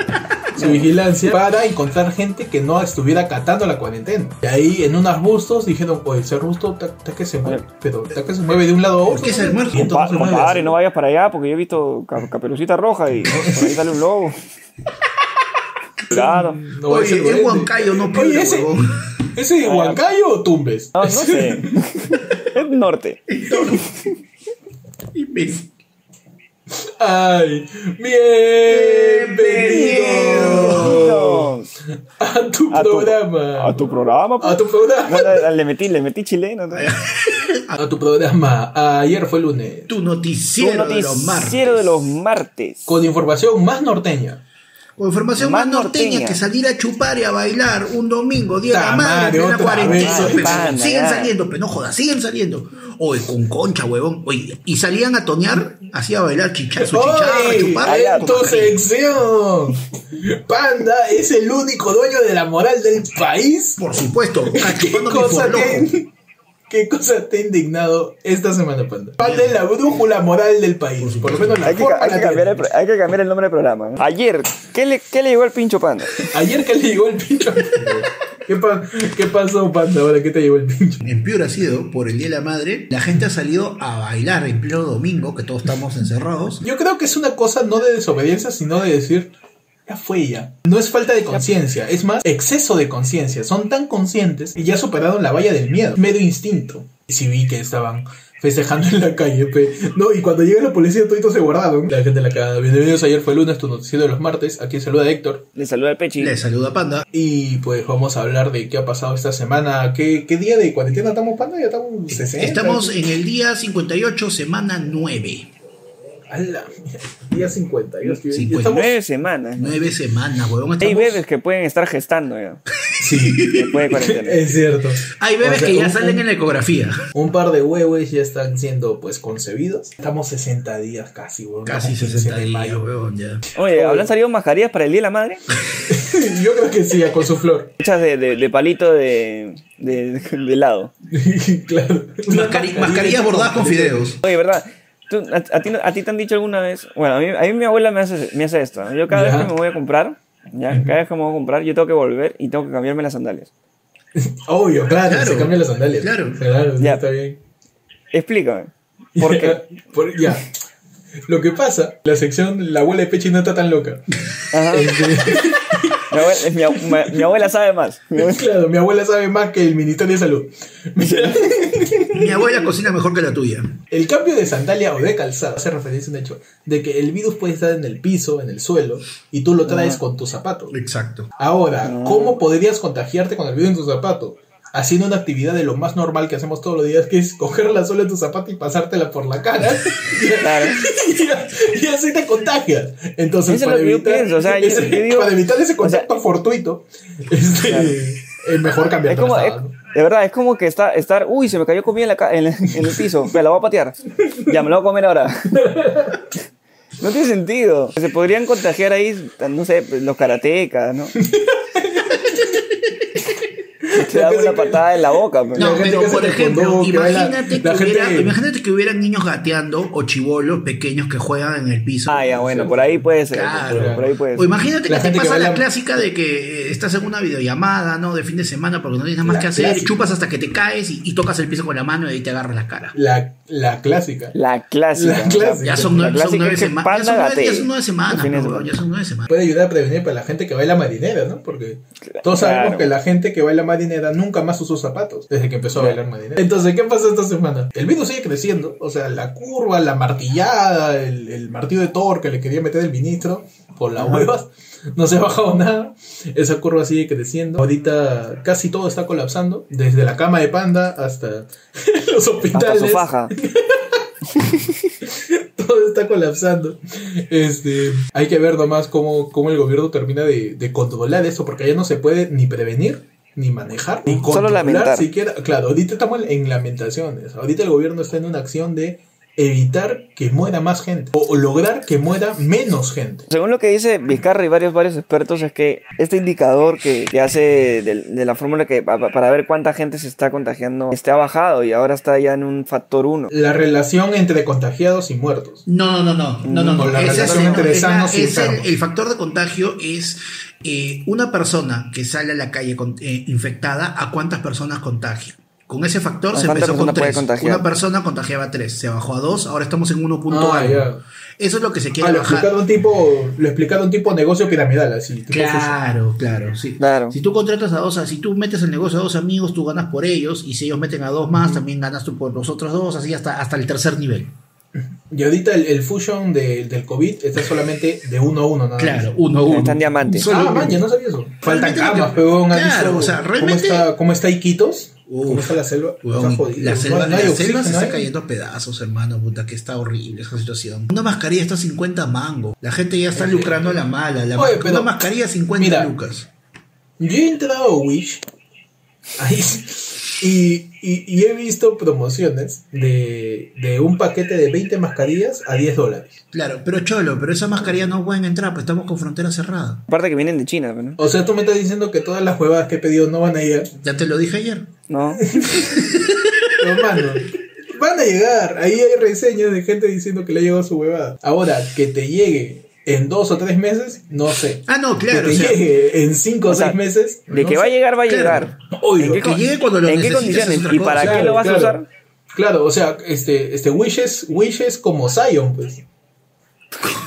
[SPEAKER 1] su vigilancia para encontrar gente que no estuviera acatando la cuarentena. Y ahí en unos arbustos dijeron, oye, ese arbusto está está que se mueve, pero está que se mueve de un lado a otro.
[SPEAKER 3] ¿Qué es el muerto?
[SPEAKER 1] Y entonces
[SPEAKER 2] Compa-
[SPEAKER 1] mueve
[SPEAKER 2] compadre,
[SPEAKER 1] así.
[SPEAKER 2] no vayas para allá porque yo he visto ca- caperucita roja y por ahí sale un lobo. Claro. No,
[SPEAKER 1] No, ese
[SPEAKER 3] Oye,
[SPEAKER 1] duende.
[SPEAKER 3] es Huancayo, no
[SPEAKER 1] Oye,
[SPEAKER 3] Pedro,
[SPEAKER 1] ese,
[SPEAKER 3] huevón.
[SPEAKER 1] ¿ese de Huancayo o Tumbes?
[SPEAKER 2] no sé. Es norte.
[SPEAKER 3] Imbécil.
[SPEAKER 1] Ay, bienvenido
[SPEAKER 2] Bienvenidos
[SPEAKER 1] a tu
[SPEAKER 2] a tu-
[SPEAKER 1] programa.
[SPEAKER 2] A tu programa. pues.
[SPEAKER 1] A tu programa.
[SPEAKER 2] No, no, le metí, le metí chileno. ¿no?
[SPEAKER 1] A tu programa. Ayer fue lunes.
[SPEAKER 3] Tu
[SPEAKER 2] Tu
[SPEAKER 3] noticiero, de los martes.
[SPEAKER 2] noticiero de los martes.
[SPEAKER 1] Con información más norteña.
[SPEAKER 3] Con información más,
[SPEAKER 2] Más
[SPEAKER 3] norteña,
[SPEAKER 2] norteña.
[SPEAKER 3] que salir a chupar y a bailar un domingo, día de la
[SPEAKER 1] Ta
[SPEAKER 3] madre, en
[SPEAKER 1] madre,
[SPEAKER 3] plena
[SPEAKER 1] otra
[SPEAKER 3] cuarentena.
[SPEAKER 1] vez,
[SPEAKER 3] pe.
[SPEAKER 2] pana,
[SPEAKER 3] siguen
[SPEAKER 2] ya.
[SPEAKER 3] saliendo, pero no jodas, siguen saliendo. Oye, con concha, huevón. Oye, y salían a tonear, así a bailar chichazo, chicharra, a
[SPEAKER 1] ¡Oye!
[SPEAKER 3] chupar.
[SPEAKER 2] ay,
[SPEAKER 1] ¡En
[SPEAKER 2] ay,
[SPEAKER 1] tu
[SPEAKER 3] con mascarilla.
[SPEAKER 1] sección! Panda es el único dueño de la moral del país.
[SPEAKER 3] Por supuesto,
[SPEAKER 1] ¿Qué
[SPEAKER 3] cachupando mi
[SPEAKER 1] cosa,
[SPEAKER 3] forloco.
[SPEAKER 1] te, ¿Qué cosa te ha indignado esta semana, Panda? Panda es la brújula moral del país. Por lo menos la
[SPEAKER 2] Hay que,
[SPEAKER 1] forma
[SPEAKER 2] hay que
[SPEAKER 1] la
[SPEAKER 2] cambiar el,
[SPEAKER 1] tiene.
[SPEAKER 2] pro- hay que cambiar el nombre del programa. ¿eh? ¿no? Ayer, ¿qué le, qué le llegó al pincho panda?
[SPEAKER 1] Ayer que le llegó el pincho. ¿Qué, pa- ¿Qué pasó, Panda? Ahora que te llegó el pincho.
[SPEAKER 3] En Piura ha sido, por el Día de la Madre, la gente ha salido a bailar en pleno domingo, que todos estamos encerrados.
[SPEAKER 1] Yo creo que es una cosa no de desobediencia, sino de decir, ya fue ya. No es falta de conciencia, es más, exceso de conciencia. Son tan conscientes y ya superaron la valla del miedo, medio instinto. Y si vi que estaban festejando en la calle, pe. No, y cuando llega la policía, toditos se guardaron. La gente en la calle, bienvenidos, ayer fue lunes, tu noticiero de los martes. Aquí saluda Héctor.
[SPEAKER 2] Le saluda el pechi.
[SPEAKER 3] Le saluda Panda.
[SPEAKER 1] Y pues vamos a hablar de qué ha pasado esta semana. ¿Qué, qué día de cuarentena estamos, panda? Ya estamos 60.
[SPEAKER 3] Estamos en el día 58, semana 9.
[SPEAKER 1] A la mierda, Día 50. Dios, tío. Y
[SPEAKER 3] 59.
[SPEAKER 1] estamos-
[SPEAKER 2] Nueve semanas.
[SPEAKER 3] 9 semanas, huevón.
[SPEAKER 2] Hay
[SPEAKER 3] estamos-
[SPEAKER 2] bebés que pueden estar gestando ya.
[SPEAKER 1] Sí.
[SPEAKER 2] Después de cuarentena.
[SPEAKER 1] es cierto.
[SPEAKER 3] Hay bebés
[SPEAKER 1] O sea,
[SPEAKER 3] que ya
[SPEAKER 1] un-
[SPEAKER 3] salen en la ecografía.
[SPEAKER 1] Un par de huevos ya están siendo pues concebidos. Estamos 60 días casi, weón.
[SPEAKER 3] Casi
[SPEAKER 1] Estamos
[SPEAKER 3] 60
[SPEAKER 1] de
[SPEAKER 3] días, weón, ya.
[SPEAKER 2] Oye, ¿habrán salido mascarillas para el Día de la Madre?
[SPEAKER 1] Yo creo que sí, ya con su flor.
[SPEAKER 2] Hechas de, de- de palito de, de, de helado.
[SPEAKER 1] claro.
[SPEAKER 3] Mascari- mascarillas bordadas con fideos.
[SPEAKER 2] Oye, ¿verdad? ¿Tú- a, a ti, a ti te han dicho alguna vez? Bueno, a mí, a mí mi abuela me hace, me hace esto. ¿no? Yo cada
[SPEAKER 1] Ya.
[SPEAKER 2] vez que me voy a comprar, ya, cada vez que me voy a comprar, yo tengo que volver y tengo que cambiarme las sandalias.
[SPEAKER 1] Obvio, claro,
[SPEAKER 3] Claro.
[SPEAKER 1] se cambian las sandalias.
[SPEAKER 3] Claro.
[SPEAKER 1] Claro, sí,
[SPEAKER 2] Ya.
[SPEAKER 1] está bien.
[SPEAKER 2] Explícame. ¿Por qué?
[SPEAKER 1] Por- ya. Lo que pasa, la sección La abuela de Pechi no está tan loca.
[SPEAKER 2] Ajá. Mi abue- mi ab- mi- mi abuela, sabe más.
[SPEAKER 1] Claro, mi abuela sabe más que el Ministerio de Salud. Mira.
[SPEAKER 3] Mi abuela cocina mejor que la tuya.
[SPEAKER 1] El cambio de sandalia o de calzado hace referencia a un hecho de que el virus puede estar en el piso, en el suelo, y tú lo
[SPEAKER 2] Ah.
[SPEAKER 1] traes con tus zapatos.
[SPEAKER 3] Exacto.
[SPEAKER 1] Ahora, ¿cómo podrías contagiarte con el virus en tu zapato? Haciendo una actividad de lo más normal que hacemos todos los días, que es coger la suela de tu zapato y pasártela por la cara.
[SPEAKER 2] Claro.
[SPEAKER 1] y, así te contagias. Entonces,
[SPEAKER 2] Eso es
[SPEAKER 1] para,
[SPEAKER 2] lo que yo
[SPEAKER 1] evitar
[SPEAKER 2] pienso, o sea, yo-
[SPEAKER 1] ese,
[SPEAKER 2] yo digo-
[SPEAKER 1] para evitar ese
[SPEAKER 2] o sea-
[SPEAKER 1] contacto fortuito, este, es mejor cambiar
[SPEAKER 2] Es como, es- de verdad, es como que está, estar, uy, se me cayó comida en, la ca- en, la- en el piso, me la voy a patear. Ya, me la voy a comer ahora. No tiene sentido. Se podrían contagiar ahí, no sé, pues, los karatecas, ¿no? Que Te dan una patada en la boca. pues.
[SPEAKER 1] La
[SPEAKER 3] No,
[SPEAKER 1] gente
[SPEAKER 3] pero
[SPEAKER 1] que hace
[SPEAKER 3] por ejemplo,
[SPEAKER 1] taekwondo, que baila-
[SPEAKER 3] imagínate que,
[SPEAKER 1] la gente-
[SPEAKER 3] hubiera- imagínate que hubieran niños gateando o chivolos pequeños que juegan en el piso.
[SPEAKER 2] Ah, ya, bueno, por ahí puede ser.
[SPEAKER 3] Claro.
[SPEAKER 2] Por, por ahí puede
[SPEAKER 3] O
[SPEAKER 2] ser.
[SPEAKER 3] imagínate
[SPEAKER 1] La
[SPEAKER 3] que te
[SPEAKER 1] gente que
[SPEAKER 3] pasa la
[SPEAKER 1] baila-
[SPEAKER 3] clásica de que eh, estás en una videollamada, ¿no? De fin de semana porque no tienes nada más
[SPEAKER 1] La
[SPEAKER 3] que hacer,
[SPEAKER 1] clásica.
[SPEAKER 3] chupas hasta que te caes y, y tocas el piso con la mano y ahí te agarras la cara.
[SPEAKER 1] La La clásica.
[SPEAKER 2] La clásica.
[SPEAKER 1] La clásica.
[SPEAKER 3] Ya son nueve,
[SPEAKER 2] La
[SPEAKER 3] son
[SPEAKER 2] clásica
[SPEAKER 3] nueve
[SPEAKER 2] es que
[SPEAKER 3] semanas. Ya
[SPEAKER 2] panda
[SPEAKER 3] son nueve-
[SPEAKER 2] gatea.
[SPEAKER 3] ya son nueve semanas,
[SPEAKER 2] Fin de
[SPEAKER 3] pues,
[SPEAKER 2] semana.
[SPEAKER 3] ya son nueve semanas.
[SPEAKER 1] Puede ayudar a prevenir para la gente que baila marinera, ¿no? Porque todos sabemos
[SPEAKER 2] Claro.
[SPEAKER 1] que la gente que baila marinera nunca más usó zapatos desde que empezó a
[SPEAKER 2] Claro.
[SPEAKER 1] bailar marinera. Entonces, ¿qué pasó esta semana? El virus sigue creciendo, o sea, la curva, la martillada, el, el martillo de Thor que le quería meter el ministro por las huevas, no se ha bajado nada. Esa curva sigue creciendo. Ahorita casi todo está colapsando, desde la cama de panda hasta los
[SPEAKER 2] Hasta
[SPEAKER 1] hospitales
[SPEAKER 2] su faja.
[SPEAKER 1] todo está colapsando. Este, hay que ver nomás cómo, cómo el gobierno termina de, de controlar esto, porque ya no se puede ni prevenir, ni manejar, ni
[SPEAKER 2] Solo
[SPEAKER 1] controlar
[SPEAKER 2] lamentar.
[SPEAKER 1] siquiera. Claro, ahorita estamos en lamentaciones. Ahorita el gobierno está en una acción de evitar que muera más gente o, o lograr que muera menos gente.
[SPEAKER 2] Según lo que dice Vizcarra y varios, varios expertos, es que este indicador que, que hace del- de, la fórmula que pa- pa- para ver cuánta gente se está contagiando, este ha bajado y ahora está ya en un factor 1.
[SPEAKER 1] La relación entre contagiados y muertos.
[SPEAKER 3] No, no, no, no, no, no.
[SPEAKER 1] O la
[SPEAKER 3] Ese
[SPEAKER 1] relación
[SPEAKER 3] es-
[SPEAKER 1] entre
[SPEAKER 3] es la-
[SPEAKER 1] sanos y
[SPEAKER 3] es el,
[SPEAKER 1] enfermos.
[SPEAKER 3] el factor de contagio es eh, una persona que sale a la calle con- eh, infectada, ¿a cuántas personas contagia? Con ese factor
[SPEAKER 2] ¿A
[SPEAKER 3] se
[SPEAKER 2] cuántas
[SPEAKER 3] empezó con
[SPEAKER 2] personas puede
[SPEAKER 3] tres.
[SPEAKER 2] contagiar?
[SPEAKER 3] Una persona contagiaba tres, se bajó a dos, ahora estamos en 1.1.
[SPEAKER 1] Ah, ya.
[SPEAKER 3] Eso es lo que se
[SPEAKER 1] Ah,
[SPEAKER 3] quiere
[SPEAKER 1] lo
[SPEAKER 3] bajar.
[SPEAKER 1] explicaron tipo, lo explicaron tipo negocio piramidal, así. tipo sushi.
[SPEAKER 3] Claro, claro, sí.
[SPEAKER 2] Claro.
[SPEAKER 3] Si tú contratas a dos, si tú metes el negocio a dos amigos, tú ganas por ellos, y si ellos meten a dos más, también ganas tú por los otros dos, así hasta, hasta el tercer nivel.
[SPEAKER 1] Y ahorita el, el fusion de- del COVID está solamente de uno a uno, nada más.
[SPEAKER 3] Claro, uno a uno.
[SPEAKER 2] Están diamantes.
[SPEAKER 3] Solo
[SPEAKER 1] ah,
[SPEAKER 3] uno.
[SPEAKER 1] man, yo no sabía eso. Faltan
[SPEAKER 3] Realmente lo
[SPEAKER 1] camas,
[SPEAKER 3] que-
[SPEAKER 1] pero
[SPEAKER 3] Claro, o sea, realmente-
[SPEAKER 1] ¿Cómo está, cómo está Iquitos? ¿Cómo
[SPEAKER 3] Uf,
[SPEAKER 1] está la selva?
[SPEAKER 3] Weón,
[SPEAKER 1] Está jodido.
[SPEAKER 3] la selva,
[SPEAKER 1] No, no hay
[SPEAKER 3] la
[SPEAKER 1] oxígeno,
[SPEAKER 3] selva se
[SPEAKER 1] no
[SPEAKER 3] está
[SPEAKER 1] hay-
[SPEAKER 3] cayendo a pedazos, hermano, puta, que está horrible esa situación. Una mascarilla está 50 mango. La gente ya está lucrando a la mala. La
[SPEAKER 1] Oye,
[SPEAKER 3] ma-
[SPEAKER 1] pero-
[SPEAKER 3] una mascarilla 50
[SPEAKER 1] mira.
[SPEAKER 3] lucas.
[SPEAKER 1] Yo he entrado a Wish ahí, y, y- y he visto promociones de, de un paquete de 20 mascarillas a 10 dólares.
[SPEAKER 3] Claro, pero cholo, pero esas mascarillas no pueden entrar, pues estamos con frontera cerrada.
[SPEAKER 2] Aparte que vienen de China, ¿no?
[SPEAKER 1] O sea, tú me estás diciendo que todas las huevadas que he pedido no van a llegar.
[SPEAKER 3] Ya te lo dije ayer.
[SPEAKER 2] No.
[SPEAKER 1] No, mano, van a llegar. Ahí hay reseñas de gente diciendo que le ha llegado su huevada. Ahora, que te llegue en dos o tres meses, no sé.
[SPEAKER 3] Ah, no, claro.
[SPEAKER 1] que te
[SPEAKER 3] o sea,
[SPEAKER 1] llegue en cinco o,
[SPEAKER 2] O sea,
[SPEAKER 1] seis meses.
[SPEAKER 2] De
[SPEAKER 1] no
[SPEAKER 2] que
[SPEAKER 1] sé.
[SPEAKER 2] va a llegar, va a
[SPEAKER 3] Claro.
[SPEAKER 2] llegar.
[SPEAKER 1] Obvio.
[SPEAKER 2] ¿En qué,
[SPEAKER 3] que
[SPEAKER 2] con-
[SPEAKER 3] llegue cuando lo
[SPEAKER 2] ¿en qué
[SPEAKER 3] necesites
[SPEAKER 2] condiciones?
[SPEAKER 3] es otra
[SPEAKER 2] ¿Y
[SPEAKER 3] cosa.
[SPEAKER 2] para
[SPEAKER 1] Claro,
[SPEAKER 2] qué lo vas a
[SPEAKER 1] claro.
[SPEAKER 2] usar?
[SPEAKER 1] Claro, o sea, este, este Wishes, Wishes como Zion, pues.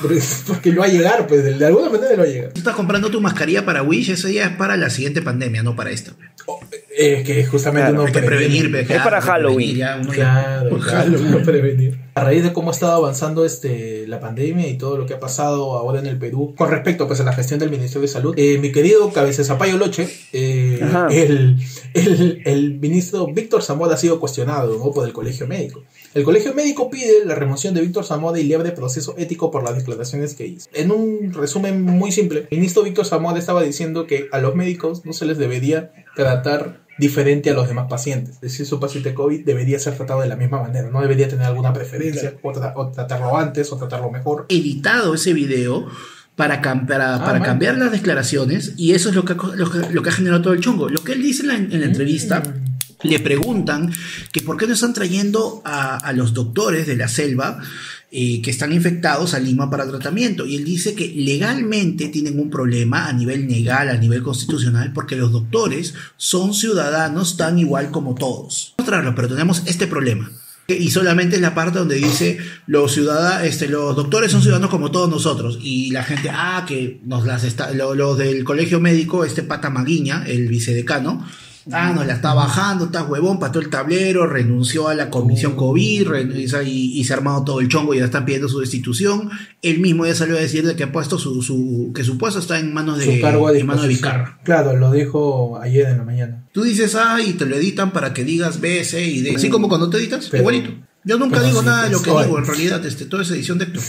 [SPEAKER 1] Porque- Porque lo va a llegar, pues, de de alguna manera lo va a llegar.
[SPEAKER 3] Tú estás comprando tu mascarilla para Wish, eso ya es para la siguiente pandemia, no para esta. pues.
[SPEAKER 1] O- Es que justamente
[SPEAKER 2] Claro,
[SPEAKER 1] uno
[SPEAKER 3] Hay que prevenir, ve,
[SPEAKER 2] Es
[SPEAKER 3] claro,
[SPEAKER 2] para
[SPEAKER 3] hay que prevenir,
[SPEAKER 2] Halloween.
[SPEAKER 3] ya, uno ya-
[SPEAKER 1] Claro,
[SPEAKER 3] por
[SPEAKER 1] claro,
[SPEAKER 3] Halloween.
[SPEAKER 1] para prevenir. A raíz de cómo ha estado avanzando este, la pandemia y todo lo que ha pasado ahora en el Perú, con respecto pues, a la gestión del Ministerio de Salud, eh, mi querido Cabezapayo Loche, eh,
[SPEAKER 2] Ajá.
[SPEAKER 1] el, el- el ministro Víctor Zamora ha sido cuestionado ¿no? por el Colegio Médico. El Colegio Médico pide la remoción de Víctor Zamora y le abre proceso ético por las declaraciones que hizo. En un resumen muy simple, el ministro Víctor Zamora estaba diciendo que a los médicos no se les debería tratar diferente a los demás pacientes. Es decir, su paciente COVID debería ser tratado de la misma manera, no debería tener alguna preferencia o, tra- o tratarlo antes o tratarlo mejor.
[SPEAKER 3] editado ese video para, cam- para,
[SPEAKER 1] Ah,
[SPEAKER 3] para
[SPEAKER 1] man.
[SPEAKER 3] cambiar las declaraciones y eso es lo que, ha co- lo, que- lo que ha generado todo el chongo. Lo que él dice en la, en la entrevista,
[SPEAKER 1] Mm,
[SPEAKER 3] le preguntan que por qué no están trayendo a, a los doctores de la selva eh, que están infectados a Lima para tratamiento. Y él dice que legalmente tienen un problema a nivel legal, a nivel constitucional, porque los doctores son ciudadanos tan igual como todos. Vamos a traerlo, pero tenemos este problema. Y solamente es la parte donde dice los ciudadanos, este, los doctores son ciudadanos como todos nosotros. Y la gente, ah, que nos las está, lo- los del colegio médico, este pata Maguiña, el vicedecano, ah, nos la está bajando, está huevón, pató el tablero, renunció a la
[SPEAKER 1] Oh.
[SPEAKER 3] comisión COVID ren- y, se- y se ha armado todo el chongo y ya están pidiendo su destitución. Él mismo ya salió a decir de que ha puesto su, su- que su puesto está en manos de,
[SPEAKER 1] su cargo a
[SPEAKER 3] en manos de
[SPEAKER 1] disposición.
[SPEAKER 3] Vizcarra.
[SPEAKER 1] Claro, lo dijo ayer en la mañana.
[SPEAKER 3] Tú dices A y te lo editan para que digas B, C y D. Así como cuando te editas,
[SPEAKER 1] Pero-
[SPEAKER 3] igualito. Yo nunca
[SPEAKER 1] pero
[SPEAKER 3] digo
[SPEAKER 1] sí,
[SPEAKER 3] nada de
[SPEAKER 1] pues,
[SPEAKER 3] lo que
[SPEAKER 1] oye.
[SPEAKER 3] digo, en realidad, este, toda esa edición de Héctor.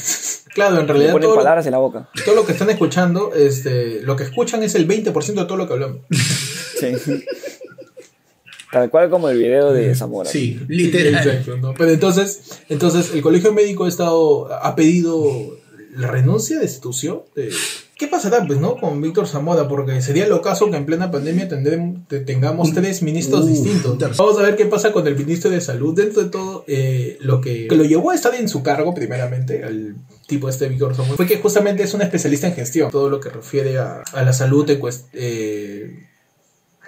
[SPEAKER 1] Claro, en
[SPEAKER 2] Le
[SPEAKER 1] realidad
[SPEAKER 2] ponen
[SPEAKER 1] todo lo,
[SPEAKER 2] palabras en la boca.
[SPEAKER 1] todo lo que están escuchando, este, lo que escuchan es el 20% de todo lo que hablamos.
[SPEAKER 2] Sí. Tal cual como el video de Zamora.
[SPEAKER 3] Sí, literal.
[SPEAKER 1] Exacto, ¿no? Pero entonces, entonces el colegio médico ha estado, ha pedido la renuncia, destitución. de- ¿Qué pasará, pues, no? Con Víctor Zamora, porque sería el ocaso que en plena pandemia tendremos, te- tengamos tres ministros
[SPEAKER 3] Uf,
[SPEAKER 1] distintos.
[SPEAKER 3] Uh, un tercero.
[SPEAKER 1] Vamos a ver qué pasa con el ministro de salud. Dentro de todo, eh, lo que, que lo llevó a estar en su cargo, primeramente, al tipo este Víctor Zamora, fue que justamente es un especialista en gestión. Todo lo que refiere a, a la salud, en cuest- eh,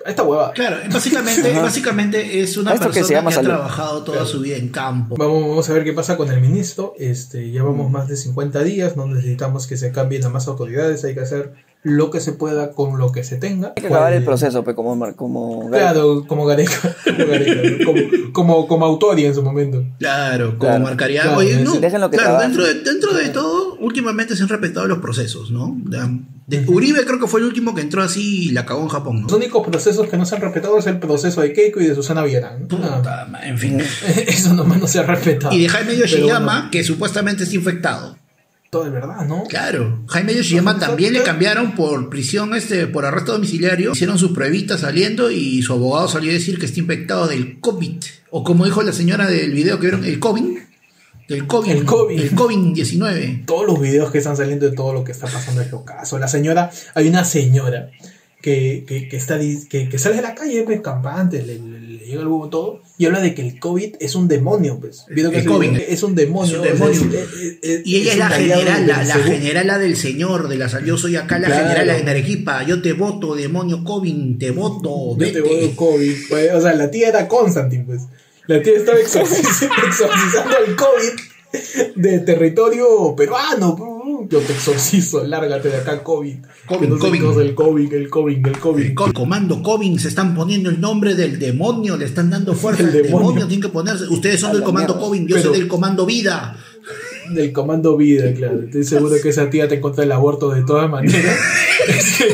[SPEAKER 1] Esta hueva.
[SPEAKER 3] Claro, básicamente, básicamente es una
[SPEAKER 2] Esto que
[SPEAKER 3] persona
[SPEAKER 2] se
[SPEAKER 3] que,
[SPEAKER 2] llama
[SPEAKER 3] ha
[SPEAKER 2] salud.
[SPEAKER 3] trabajado toda su vida en campo.
[SPEAKER 1] Vamos, vamos a ver qué pasa con el ministro. Este, llevamos más de 50 días, no necesitamos que se cambien a más autoridades, hay que hacer lo que se pueda con lo que se tenga.
[SPEAKER 2] Hay que acabar el proceso, pues, como, mar- como
[SPEAKER 1] Claro, como Gareca, como, Gareca, ¿no? como, como, como Autoria en su momento.
[SPEAKER 3] Claro, como
[SPEAKER 2] Claro,
[SPEAKER 3] marcaría.
[SPEAKER 1] claro,
[SPEAKER 3] Oye, no,
[SPEAKER 1] sí,
[SPEAKER 2] déjenlo que
[SPEAKER 3] claro,
[SPEAKER 2] trabaje.
[SPEAKER 3] dentro de, dentro de todo, últimamente se han respetado los procesos, ¿no? De- Uribe creo que fue el último que entró así y la cagó en Japón,
[SPEAKER 1] Los
[SPEAKER 3] ¿no?
[SPEAKER 1] únicos procesos que no se han respetado es el proceso de Keiko y de Susana Villarán. ¿no? Nada.
[SPEAKER 3] Puta, ma- en fin.
[SPEAKER 1] Eso nomás no se ha respetado.
[SPEAKER 3] Y de Jaime Yoshiyama,
[SPEAKER 1] Ah. Pero bueno,
[SPEAKER 3] que supuestamente es infectado.
[SPEAKER 1] todo de verdad, ¿no?
[SPEAKER 3] Claro, Jaime Yoshiyama
[SPEAKER 1] Ajá,
[SPEAKER 3] también le
[SPEAKER 1] claro.
[SPEAKER 3] cambiaron por prisión, este, por arresto domiciliario. Hicieron sus pruebitas saliendo y su abogado salió a decir que está infectado del COVID. O como dijo la señora del video que vieron, el COVID. Del COVID.
[SPEAKER 1] El COVID.
[SPEAKER 3] El COVID-19.
[SPEAKER 1] todos los videos que están saliendo de todo lo que está pasando es locazo. La señora, hay una señora que, que, que está, di- que, que sale de la calle, pues, campante, le, le- le llega el huevo todo, y habla de que el COVID es un demonio, pues. Vieron que
[SPEAKER 3] El
[SPEAKER 1] ese
[SPEAKER 3] COVID.
[SPEAKER 1] video es un demonio.
[SPEAKER 3] Es un
[SPEAKER 1] o sea,
[SPEAKER 3] demonio.
[SPEAKER 1] es- es- es-
[SPEAKER 3] Y ella
[SPEAKER 1] es
[SPEAKER 3] es la
[SPEAKER 1] un callado
[SPEAKER 3] general, la,
[SPEAKER 1] del
[SPEAKER 3] la
[SPEAKER 1] segundo.
[SPEAKER 3] generala del señor, de la sal- yo soy acá la
[SPEAKER 1] Claro.
[SPEAKER 3] generala de Arequipa, yo te voto, demonio COVID, te voto,
[SPEAKER 1] Yo te
[SPEAKER 3] vete.
[SPEAKER 1] voy COVID. pues. O sea, la tía era Constantine, pues. La tía estaba exorciz- exorcizando el COVID de territorio peruano. pu. Yo te exorcizo, lárgate de acá, COVID.
[SPEAKER 3] COVID,
[SPEAKER 1] Que no sé
[SPEAKER 3] COVID.
[SPEAKER 1] cómo es El COVID, el COVID, el
[SPEAKER 3] El
[SPEAKER 1] COVID.
[SPEAKER 3] co- comando Covin se están poniendo el nombre del demonio, le están dando fuerza
[SPEAKER 1] El
[SPEAKER 3] al demonio.
[SPEAKER 1] demonio.
[SPEAKER 3] tienen que ponerse. Ustedes son
[SPEAKER 2] A
[SPEAKER 3] del
[SPEAKER 2] la
[SPEAKER 3] comando
[SPEAKER 2] mierda.
[SPEAKER 3] Covin, yo
[SPEAKER 1] Pero-
[SPEAKER 3] soy del comando vida.
[SPEAKER 1] Del comando vida, claro. Estoy seguro que esa tía te encuentra el aborto de todas maneras. Sí,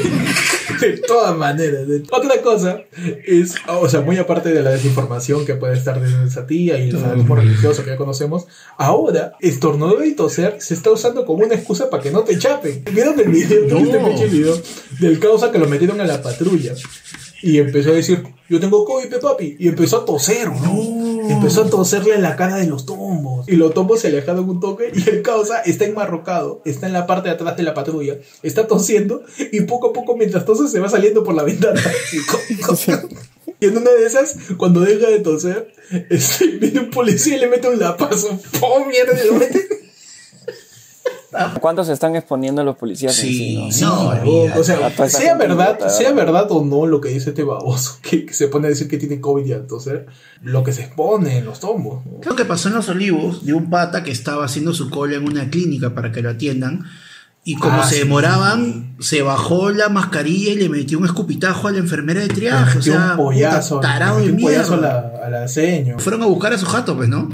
[SPEAKER 1] de todas maneras. de- Otra cosa es, o sea, muy aparte de la desinformación que puede estar dentro de esa tía y el fanatismo religioso que ya conocemos, ahora estornudar y toser se está usando como una excusa para que no te chapen. ¿Vieron el video? ¿No
[SPEAKER 3] No.
[SPEAKER 1] viste el pinche video? Del causa que lo metieron a la patrulla. Y empezó a decir, yo tengo COVID, pe, papi. Y empezó a toser, ¿no? Empezó a toserle en la cara de los tombos. Y los tombos se alejaron un toque y el causa está enmarrocado, está en la parte de atrás de la patrulla, está tosiendo y poco a poco mientras tose se va saliendo por la ventana. Y en una de esas, cuando deja de toser, este, viene un policía y le mete un lapazo. ¡Oh, mierda! y Lo mete.
[SPEAKER 2] guerra. ¿Cuántos se están exponiendo los policías? en
[SPEAKER 3] Sí,
[SPEAKER 2] no?
[SPEAKER 3] no,
[SPEAKER 1] O
[SPEAKER 2] A toda
[SPEAKER 1] sea,
[SPEAKER 2] esa
[SPEAKER 1] sea
[SPEAKER 2] gente
[SPEAKER 1] verdad,
[SPEAKER 2] idiota,
[SPEAKER 1] sea
[SPEAKER 2] ¿verdad?
[SPEAKER 1] verdad o no lo que dice este baboso que, que se pone a decir que tiene COVID y entonces lo que se expone en los tombos. ¿no?
[SPEAKER 3] Lo que pasó en Los Olivos, de un pata que estaba haciendo su cola en una clínica para que lo atiendan, y como
[SPEAKER 1] Ah,
[SPEAKER 3] se
[SPEAKER 1] sí.
[SPEAKER 3] demoraban, se bajó la mascarilla y le metió un escupitajo a la enfermera de triaje. O
[SPEAKER 1] Metió
[SPEAKER 3] sea,
[SPEAKER 1] un pollazo,
[SPEAKER 3] puta, tarado de
[SPEAKER 1] metió un pollazo a
[SPEAKER 3] mierda.
[SPEAKER 1] la, a la seño.
[SPEAKER 3] Fueron a buscar a su jato, pues, ¿no?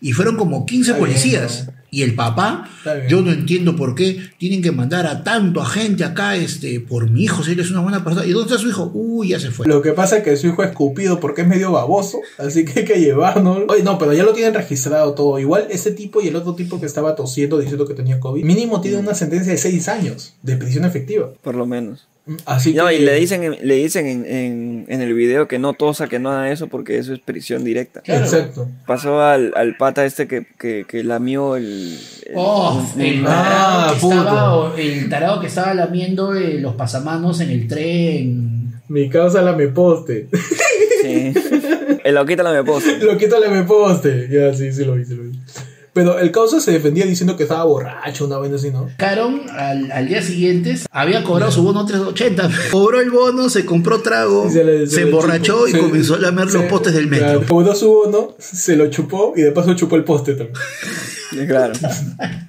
[SPEAKER 3] Y fueron como 15
[SPEAKER 1] Está bien,
[SPEAKER 3] policías.
[SPEAKER 1] ¿no?
[SPEAKER 3] Y el papá,
[SPEAKER 1] Está bien.
[SPEAKER 3] yo no entiendo por qué tienen que mandar a tanto agente acá, este, por mi hijo, si él es una buena persona. ¿Y dónde está su hijo? Uy, ya se fue.
[SPEAKER 1] Lo que pasa es que su hijo es cupido porque es medio baboso, así que hay que llevarnos. Oye, no, pero ya lo tienen registrado todo. Igual ese tipo y el otro tipo que estaba tosiendo diciendo que tenía COVID, mínimo tiene una sentencia de 6 años de prisión efectiva.
[SPEAKER 2] Por lo menos.
[SPEAKER 1] Así
[SPEAKER 2] No,
[SPEAKER 1] que.
[SPEAKER 2] y le dicen, en- le dicen en, en- en el video que no tosa, que no haga eso, porque eso es prisión directa.
[SPEAKER 3] Claro.
[SPEAKER 1] Exacto.
[SPEAKER 2] Pasó al, al pata este que, que, que lamió el... el-
[SPEAKER 3] Oh,
[SPEAKER 2] un-
[SPEAKER 3] el
[SPEAKER 2] un-
[SPEAKER 3] tarado,
[SPEAKER 1] Ah,
[SPEAKER 3] que
[SPEAKER 1] puto.
[SPEAKER 3] estaba, o el tarado que estaba lamiendo eh, los pasamanos en el tren.
[SPEAKER 1] Mi causa la me poste.
[SPEAKER 2] sí. El loquita la me puso.
[SPEAKER 1] lo quita la me poste. Ya, sí, sí lo vi, sí lo vi. Pero el causa se defendía diciendo que estaba borracho, una vez así, ¿no?
[SPEAKER 3] Caron al, al día siguiente había cobrado su bono 380. Cobró el bono, se compró trago,
[SPEAKER 1] Y
[SPEAKER 3] se,
[SPEAKER 1] le- le
[SPEAKER 3] emborrachó
[SPEAKER 1] chupó.
[SPEAKER 3] y
[SPEAKER 1] Se-
[SPEAKER 3] comenzó a lamer los
[SPEAKER 1] se-
[SPEAKER 3] postes del metro.
[SPEAKER 1] claro, Pudo su bono, se lo chupó y de paso chupó el poste también.
[SPEAKER 2] Claro.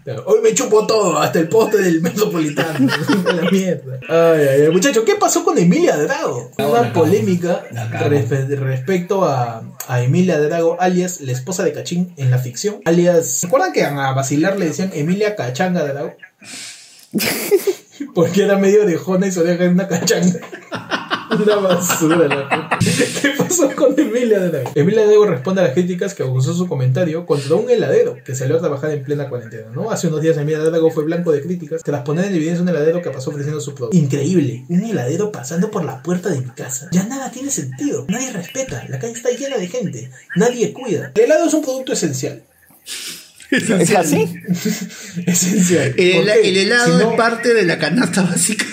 [SPEAKER 1] Claro, Hoy me chupo todo, hasta el poste del metropolitano. A la mierda. Ay, ay, ay. Muchachos, ¿qué pasó con Emilia Drago? Una polémica respe- respecto a, a Emilia Drago, alias la esposa de Cachín en la ficción. Alias. ¿Se acuerdan que a vacilar le decían Emilia Cachanga Drago? Porque era medio de y se deja en una cachanga. Una basura, la ¿Qué pasó con Emilia Drago? Emilia Drago responde a las críticas que causó su comentario contra un heladero que salió a trabajar en plena cuarentena, ¿no? Hace unos días Emilia Drago fue blanco de críticas tras poner en evidencia un heladero que pasó ofreciendo su producto. Increíble, un heladero pasando por la puerta de mi casa. Ya nada tiene sentido, nadie respeta, la calle está llena de gente, nadie cuida. El helado es un producto esencial.
[SPEAKER 2] ¿Es así?
[SPEAKER 1] Esencial.
[SPEAKER 3] El,
[SPEAKER 1] ¿Por qué?
[SPEAKER 3] el helado
[SPEAKER 1] Si no-
[SPEAKER 3] es parte de la canasta básica.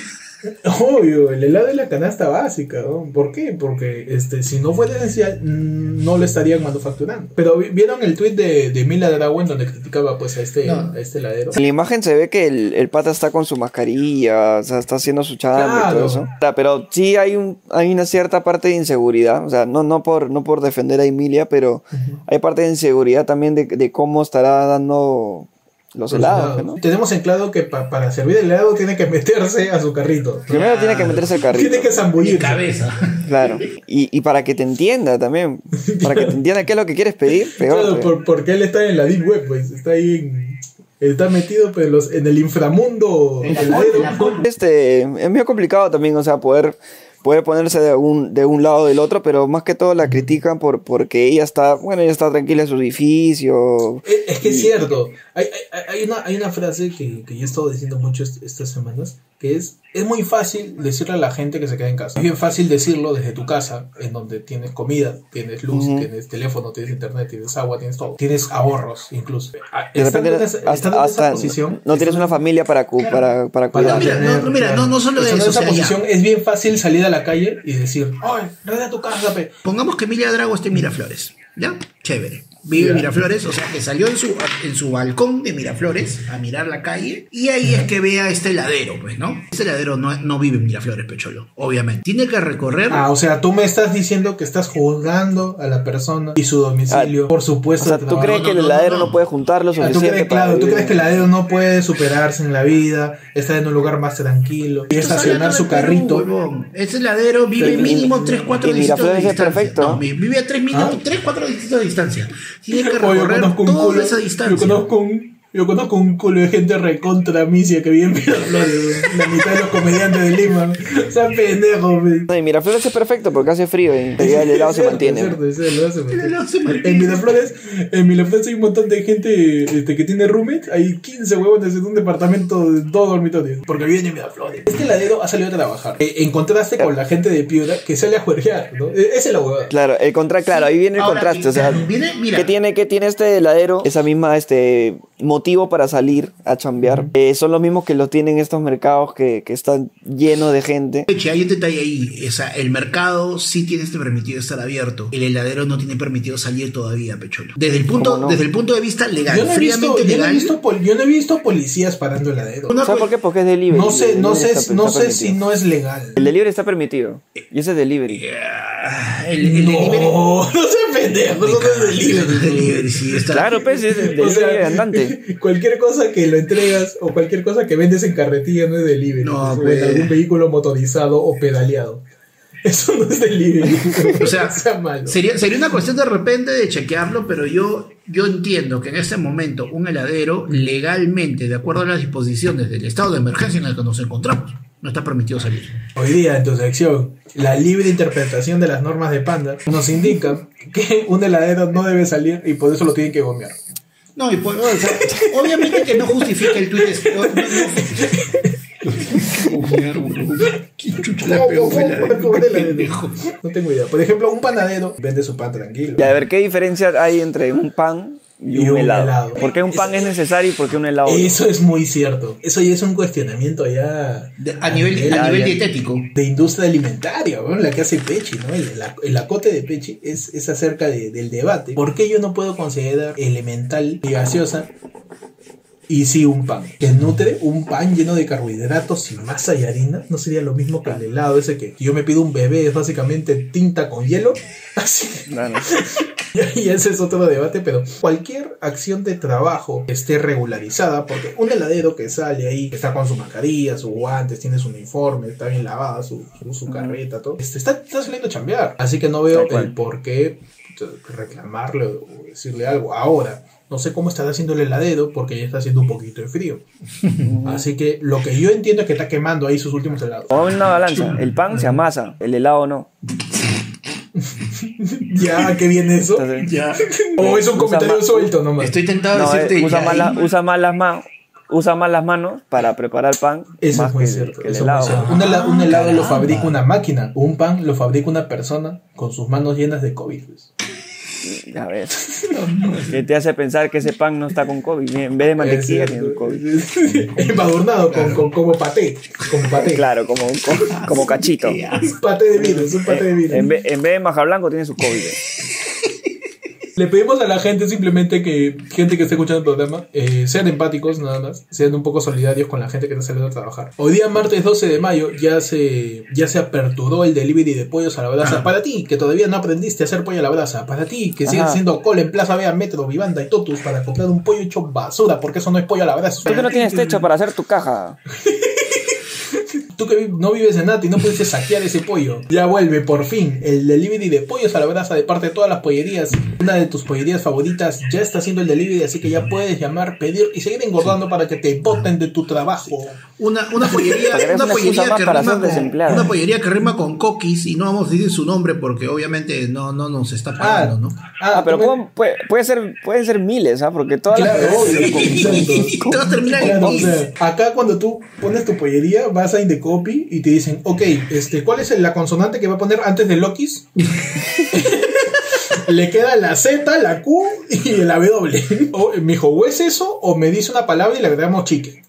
[SPEAKER 1] Obvio, el helado es la canasta básica. ¿no? ¿Por qué? Porque este, si no fuera esencial, mm, no lo estarían manufacturando. Pero vi- vieron el tweet de, de Mila Dragon donde criticaba pues a este,
[SPEAKER 3] No.
[SPEAKER 1] a este heladero.
[SPEAKER 2] En la imagen se ve que el, el pata está con su mascarilla, o sea, está haciendo su chamba y todo
[SPEAKER 1] Claro.
[SPEAKER 2] eso. Ta, Pero sí hay, un, hay una cierta parte de inseguridad, o sea, no, no, por, no por defender a Emilia, pero hay parte de inseguridad también de, de cómo estará dando los
[SPEAKER 1] Los
[SPEAKER 2] helados,
[SPEAKER 1] helados.
[SPEAKER 2] ¿no?
[SPEAKER 1] Tenemos en claro que pa- para servir el helado tiene que meterse a su carrito.
[SPEAKER 2] Primero tiene que meterse el carrito.
[SPEAKER 1] Tiene que
[SPEAKER 3] Mi
[SPEAKER 1] zambullirse.
[SPEAKER 3] cabeza.
[SPEAKER 2] Claro. Y, y para que te entienda también. Para que te entienda qué es lo que quieres pedir, peor.
[SPEAKER 1] Claro,
[SPEAKER 2] todavía.
[SPEAKER 1] por- porque él está en la deep web, pues. Está ahí en- Está metido pero en los- en el inframundo
[SPEAKER 3] En la-
[SPEAKER 1] heladero.
[SPEAKER 3] en la col-
[SPEAKER 2] Este, es medio complicado también, o sea, poder, poder ponerse de un, de un lado o del otro, pero más que todo la critican por, porque ella está, bueno, ella está tranquila en su edificio.
[SPEAKER 1] Eh, Es es que es cierto. Hay, hay- hay una, hay una frase que, que yo he estado diciendo mucho est- estas semanas, que es, es muy fácil decirle a la gente que se quede en casa. Es bien fácil decirlo desde tu casa, en donde tienes comida, tienes luz,
[SPEAKER 2] Ujú.
[SPEAKER 1] tienes teléfono, tienes internet, tienes agua, tienes todo. Tienes ahorros, incluso. Ah,
[SPEAKER 2] De
[SPEAKER 1] estando
[SPEAKER 2] repente,
[SPEAKER 1] en esa-
[SPEAKER 2] hasta,
[SPEAKER 1] estando en esa
[SPEAKER 2] hasta
[SPEAKER 1] posición,
[SPEAKER 2] no tienes una familia para, cu- para, para
[SPEAKER 1] para
[SPEAKER 2] cuidar.
[SPEAKER 3] No, mira,
[SPEAKER 1] tener-
[SPEAKER 3] no, mira, no, no solo de
[SPEAKER 1] Estando en
[SPEAKER 3] eso,
[SPEAKER 1] esa
[SPEAKER 3] o sea, ya.
[SPEAKER 1] posición es bien fácil salir a la calle y decir, ¡ay, rede a tu casa, pe!
[SPEAKER 3] Pongamos que Emilia Drago está en Miraflores, ¿ya? Chévere. Vive en
[SPEAKER 1] Ya.
[SPEAKER 3] Miraflores, o sea que salió en su, en su balcón de Miraflores a mirar la calle y ahí es que ve a este heladero, pues, ¿no? Este heladero no, no vive en Miraflores, Pecholo, obviamente. Tiene que recorrer
[SPEAKER 1] Ah, o sea, tú me estás diciendo que estás juzgando a la persona y su domicilio, por
[SPEAKER 2] Ah, O
[SPEAKER 1] supuesto.
[SPEAKER 2] sea,
[SPEAKER 1] de
[SPEAKER 2] ¿tú
[SPEAKER 1] trabajo.
[SPEAKER 2] crees
[SPEAKER 3] no,
[SPEAKER 2] que el
[SPEAKER 3] no, no,
[SPEAKER 2] heladero
[SPEAKER 3] no.
[SPEAKER 2] no puede juntar lo
[SPEAKER 1] Ah, ¿tú
[SPEAKER 2] suficiente
[SPEAKER 1] crees,
[SPEAKER 2] para
[SPEAKER 1] claro, tú
[SPEAKER 2] vivir?
[SPEAKER 1] crees que el ladero no puede superarse en la vida, estar en un lugar más tranquilo y
[SPEAKER 3] Estás hablando
[SPEAKER 1] estacionar
[SPEAKER 3] de
[SPEAKER 1] su
[SPEAKER 3] Perú,
[SPEAKER 1] carrito.
[SPEAKER 3] huevón. Ese Este heladero vive
[SPEAKER 2] Pero-
[SPEAKER 3] mínimo 3, 4
[SPEAKER 2] y
[SPEAKER 3] distritos de
[SPEAKER 2] Miraflores es
[SPEAKER 3] distancia.
[SPEAKER 2] perfecto.
[SPEAKER 3] No, vi- vive a 3,
[SPEAKER 1] ¿Ah?
[SPEAKER 3] 4 distritos de distancia. Tiene que
[SPEAKER 1] Oh, yo
[SPEAKER 3] recorrer
[SPEAKER 1] conozco un culo-
[SPEAKER 3] toda esa
[SPEAKER 1] Yo
[SPEAKER 3] distancia.
[SPEAKER 1] conozco un, yo conozco un culo de gente recontra misia que vive en Miraflores, güey. la mitad de los comediantes de Lima. O sea, pendejo, güey.
[SPEAKER 2] No, y Miraflores es perfecto porque hace frío y el helado
[SPEAKER 1] Es
[SPEAKER 2] se
[SPEAKER 1] cierto,
[SPEAKER 2] mantiene.
[SPEAKER 1] es cierto, es cierto, el helado se mantiene.
[SPEAKER 3] helado se mantiene.
[SPEAKER 1] En Miraflores, en Miraflores hay un montón de gente este, que tiene roommates. Hay 15 huevones en un departamento de dos dormitorios. Porque viven en Miraflores. Este ladero ha salido a trabajar. Eh, en contraste con la gente de Piura que sale a juergear, ¿no? Eh, Esa es la huevada.
[SPEAKER 2] Claro, el contra, claro, ahí viene el
[SPEAKER 3] Ahora,
[SPEAKER 2] contraste, o sea,
[SPEAKER 3] claro, viene- mira.
[SPEAKER 2] ¿qué tiene, qué tiene este heladero? Esa misma, este, motivo para salir a chambear. Eh, son los mismos que lo tienen estos mercados que, que están llenos de gente.
[SPEAKER 3] Che, hay un detalle ahí. O sea, el mercado sí tiene este permitido estar abierto. El heladero no tiene permitido salir todavía, Pecholo. Desde el punto,
[SPEAKER 2] ¿Cómo no?
[SPEAKER 3] desde el punto de vista legal,
[SPEAKER 1] Yo no, he visto,
[SPEAKER 3] fríamente
[SPEAKER 1] yo, no he
[SPEAKER 3] legal.
[SPEAKER 1] visto pol- yo no he visto policías parando el ladero.
[SPEAKER 3] una pol-
[SPEAKER 2] ¿Sabes por qué? Porque es delivery.
[SPEAKER 1] pues, No sé,
[SPEAKER 2] El
[SPEAKER 1] no
[SPEAKER 2] delivery
[SPEAKER 1] sé,
[SPEAKER 2] está-
[SPEAKER 1] no
[SPEAKER 2] está
[SPEAKER 1] sé si
[SPEAKER 2] permitido.
[SPEAKER 1] no Eh, es legal.
[SPEAKER 2] El delivery está permitido. Y ese es delivery.
[SPEAKER 3] Ah, el, el delivery.
[SPEAKER 1] No, no se pendejo, eso no es
[SPEAKER 3] El
[SPEAKER 1] delivery.
[SPEAKER 3] delivery, sí, está-
[SPEAKER 2] Claro, pues, es el
[SPEAKER 1] O
[SPEAKER 2] delivery
[SPEAKER 1] sea,
[SPEAKER 2] andante.
[SPEAKER 1] Cualquier cosa que lo entregas o cualquier cosa que vendes en carretilla no es delivery.
[SPEAKER 3] No,
[SPEAKER 1] o
[SPEAKER 3] pues.
[SPEAKER 1] en algún vehículo motorizado o pedaleado. Eso no es delivery.
[SPEAKER 3] O sea,
[SPEAKER 1] No sea malo.
[SPEAKER 3] Sería, sería una cuestión de repente de chequearlo, pero yo, yo entiendo que en este momento un heladero legalmente, de acuerdo a las disposiciones del estado de emergencia en el que nos encontramos, no está permitido salir.
[SPEAKER 1] Hoy día en tu sección, la libre interpretación de las normas de Panda nos indica que un heladero no debe salir y por eso lo tienen que bombear.
[SPEAKER 3] No, y pues, o sea, obviamente que no justifica el tuit. es- no, no- ¿Quién chucha la pegó? Fue la-
[SPEAKER 1] Pobre heladero.
[SPEAKER 3] pendejo.
[SPEAKER 1] No tengo idea. Por ejemplo, un panadero vende su pan tranquilo.
[SPEAKER 2] Y a ver, ¿qué diferencia hay entre un pan y, un, helado? ¿Por qué un pan es, necesario y por qué un helado? no?
[SPEAKER 1] Eso es muy cierto. Eso ya es un cuestionamiento ya
[SPEAKER 3] De- a nivel, a nivel dietético.
[SPEAKER 1] de industria alimentaria, weón, la que hace Pechi, ¿no? El, la- el acote de Pechi es, es acerca de- del debate. ¿Por qué yo no puedo considerar elemental y gaseosa y sí un pan? Que nutre un pan lleno de carbohidratos y masa y harina, no sería lo mismo que el helado ese que yo me pido un bebé, es básicamente tinta con hielo. Así
[SPEAKER 2] Claro.
[SPEAKER 1] y ese es otro debate, pero cualquier acción de trabajo esté regularizada, porque un heladero que sale ahí, que está con su mascarilla, sus guantes, tiene su uniforme, está bien lavada, su, su, su carreta, todo, este, está, está saliendo a chambear. Así que no veo
[SPEAKER 2] Tal cual.
[SPEAKER 1] el por qué t- reclamarle o decirle algo. Ahora, no sé cómo estará haciendo el heladero porque ya está haciendo un poquito de frío. Así que lo que yo entiendo es que está quemando ahí sus últimos helados.
[SPEAKER 2] O en una balanza, el pan se amasa, el helado no.
[SPEAKER 1] Ya, ¿qué viene eso?
[SPEAKER 2] Entonces,
[SPEAKER 3] Ya.
[SPEAKER 1] O es un comentario
[SPEAKER 2] Usa-
[SPEAKER 1] suelto nomás.
[SPEAKER 3] Pues Estoy tentado
[SPEAKER 2] No,
[SPEAKER 3] de
[SPEAKER 2] eh,
[SPEAKER 3] decirte.
[SPEAKER 2] usa,
[SPEAKER 3] ya,
[SPEAKER 2] más la-
[SPEAKER 3] ahí-
[SPEAKER 2] usa más las manos. Usa más las manos para preparar pan.
[SPEAKER 1] Eso
[SPEAKER 2] más
[SPEAKER 1] es muy
[SPEAKER 2] que-
[SPEAKER 1] cierto.
[SPEAKER 2] que el
[SPEAKER 1] eso es muy
[SPEAKER 2] helado.
[SPEAKER 1] cierto.
[SPEAKER 3] ¿no?
[SPEAKER 1] un, hela- un
[SPEAKER 3] Ah,
[SPEAKER 1] helado lo
[SPEAKER 3] caramba.
[SPEAKER 1] fabrica una máquina. Un pan lo fabrica una persona con sus manos llenas de COVID. pues.
[SPEAKER 2] A ver. Que te hace pensar que ese pan no está con COVID. En vez de mantequilla, tiene un COVID.
[SPEAKER 1] Embadurnado con, con- como paté. Como paté.
[SPEAKER 2] Claro, como, como, como cachito.
[SPEAKER 3] Qué asco.
[SPEAKER 1] Es paté de vino, es un paté de
[SPEAKER 2] En,
[SPEAKER 1] vino.
[SPEAKER 2] en vez, en vez de maja blanco, tiene su COVID.
[SPEAKER 1] Le pedimos a la gente simplemente que, gente que esté escuchando el programa, eh, sean empáticos nada más, sean un poco solidarios con la gente que está saliendo a trabajar. Hoy día, martes 12 de mayo, ya se, ya se aperturó el delivery de pollos a la brasa. Para ti, que todavía no aprendiste a hacer pollo a la brasa. Para ti, que sigues
[SPEAKER 2] Ajá.
[SPEAKER 1] haciendo cola en Plaza Vea, Metro, Vivanda y Totus para comprar un pollo hecho basura, porque eso no es pollo a la brasa.
[SPEAKER 2] Tú que no tienes techo para hacer tu caja.
[SPEAKER 1] Tú que vi- no vives en Nati, no pudiste saquear ese pollo. Ya vuelve, por fin, el delivery de pollos a la brasa de parte de todas las pollerías. Una de tus pollerías favoritas ya está haciendo el delivery, así que ya puedes llamar, pedir y seguir engordando para que te boten de tu trabajo.
[SPEAKER 3] Una, una pollería,
[SPEAKER 2] Porque es
[SPEAKER 3] una
[SPEAKER 2] una
[SPEAKER 3] pollería
[SPEAKER 2] excusa más
[SPEAKER 3] que
[SPEAKER 2] para
[SPEAKER 3] rima
[SPEAKER 2] ser
[SPEAKER 3] con,
[SPEAKER 2] desempleado.
[SPEAKER 3] una pollería que rima con coquis y no vamos a decir su nombre porque obviamente no, no nos está pagando, ¿no?
[SPEAKER 2] Ah, pero
[SPEAKER 1] tú me-
[SPEAKER 2] ¿cómo? Puede, puede ser, pueden ser miles, ¿ah? Porque todas las
[SPEAKER 1] Claro, obvio,
[SPEAKER 3] Y
[SPEAKER 1] exacto.
[SPEAKER 3] todo termina en
[SPEAKER 1] Claro, o
[SPEAKER 3] coquis.
[SPEAKER 1] sea, acá cuando tú pones tu pollería, vas a Indecopy y te dicen, ok, este, ¿cuál es el- la consonante que va a poner antes de Lokis? Le queda la Z, la Q y la W. O, me dijo, ¿o es eso? O me dice una palabra y le agregamos chique.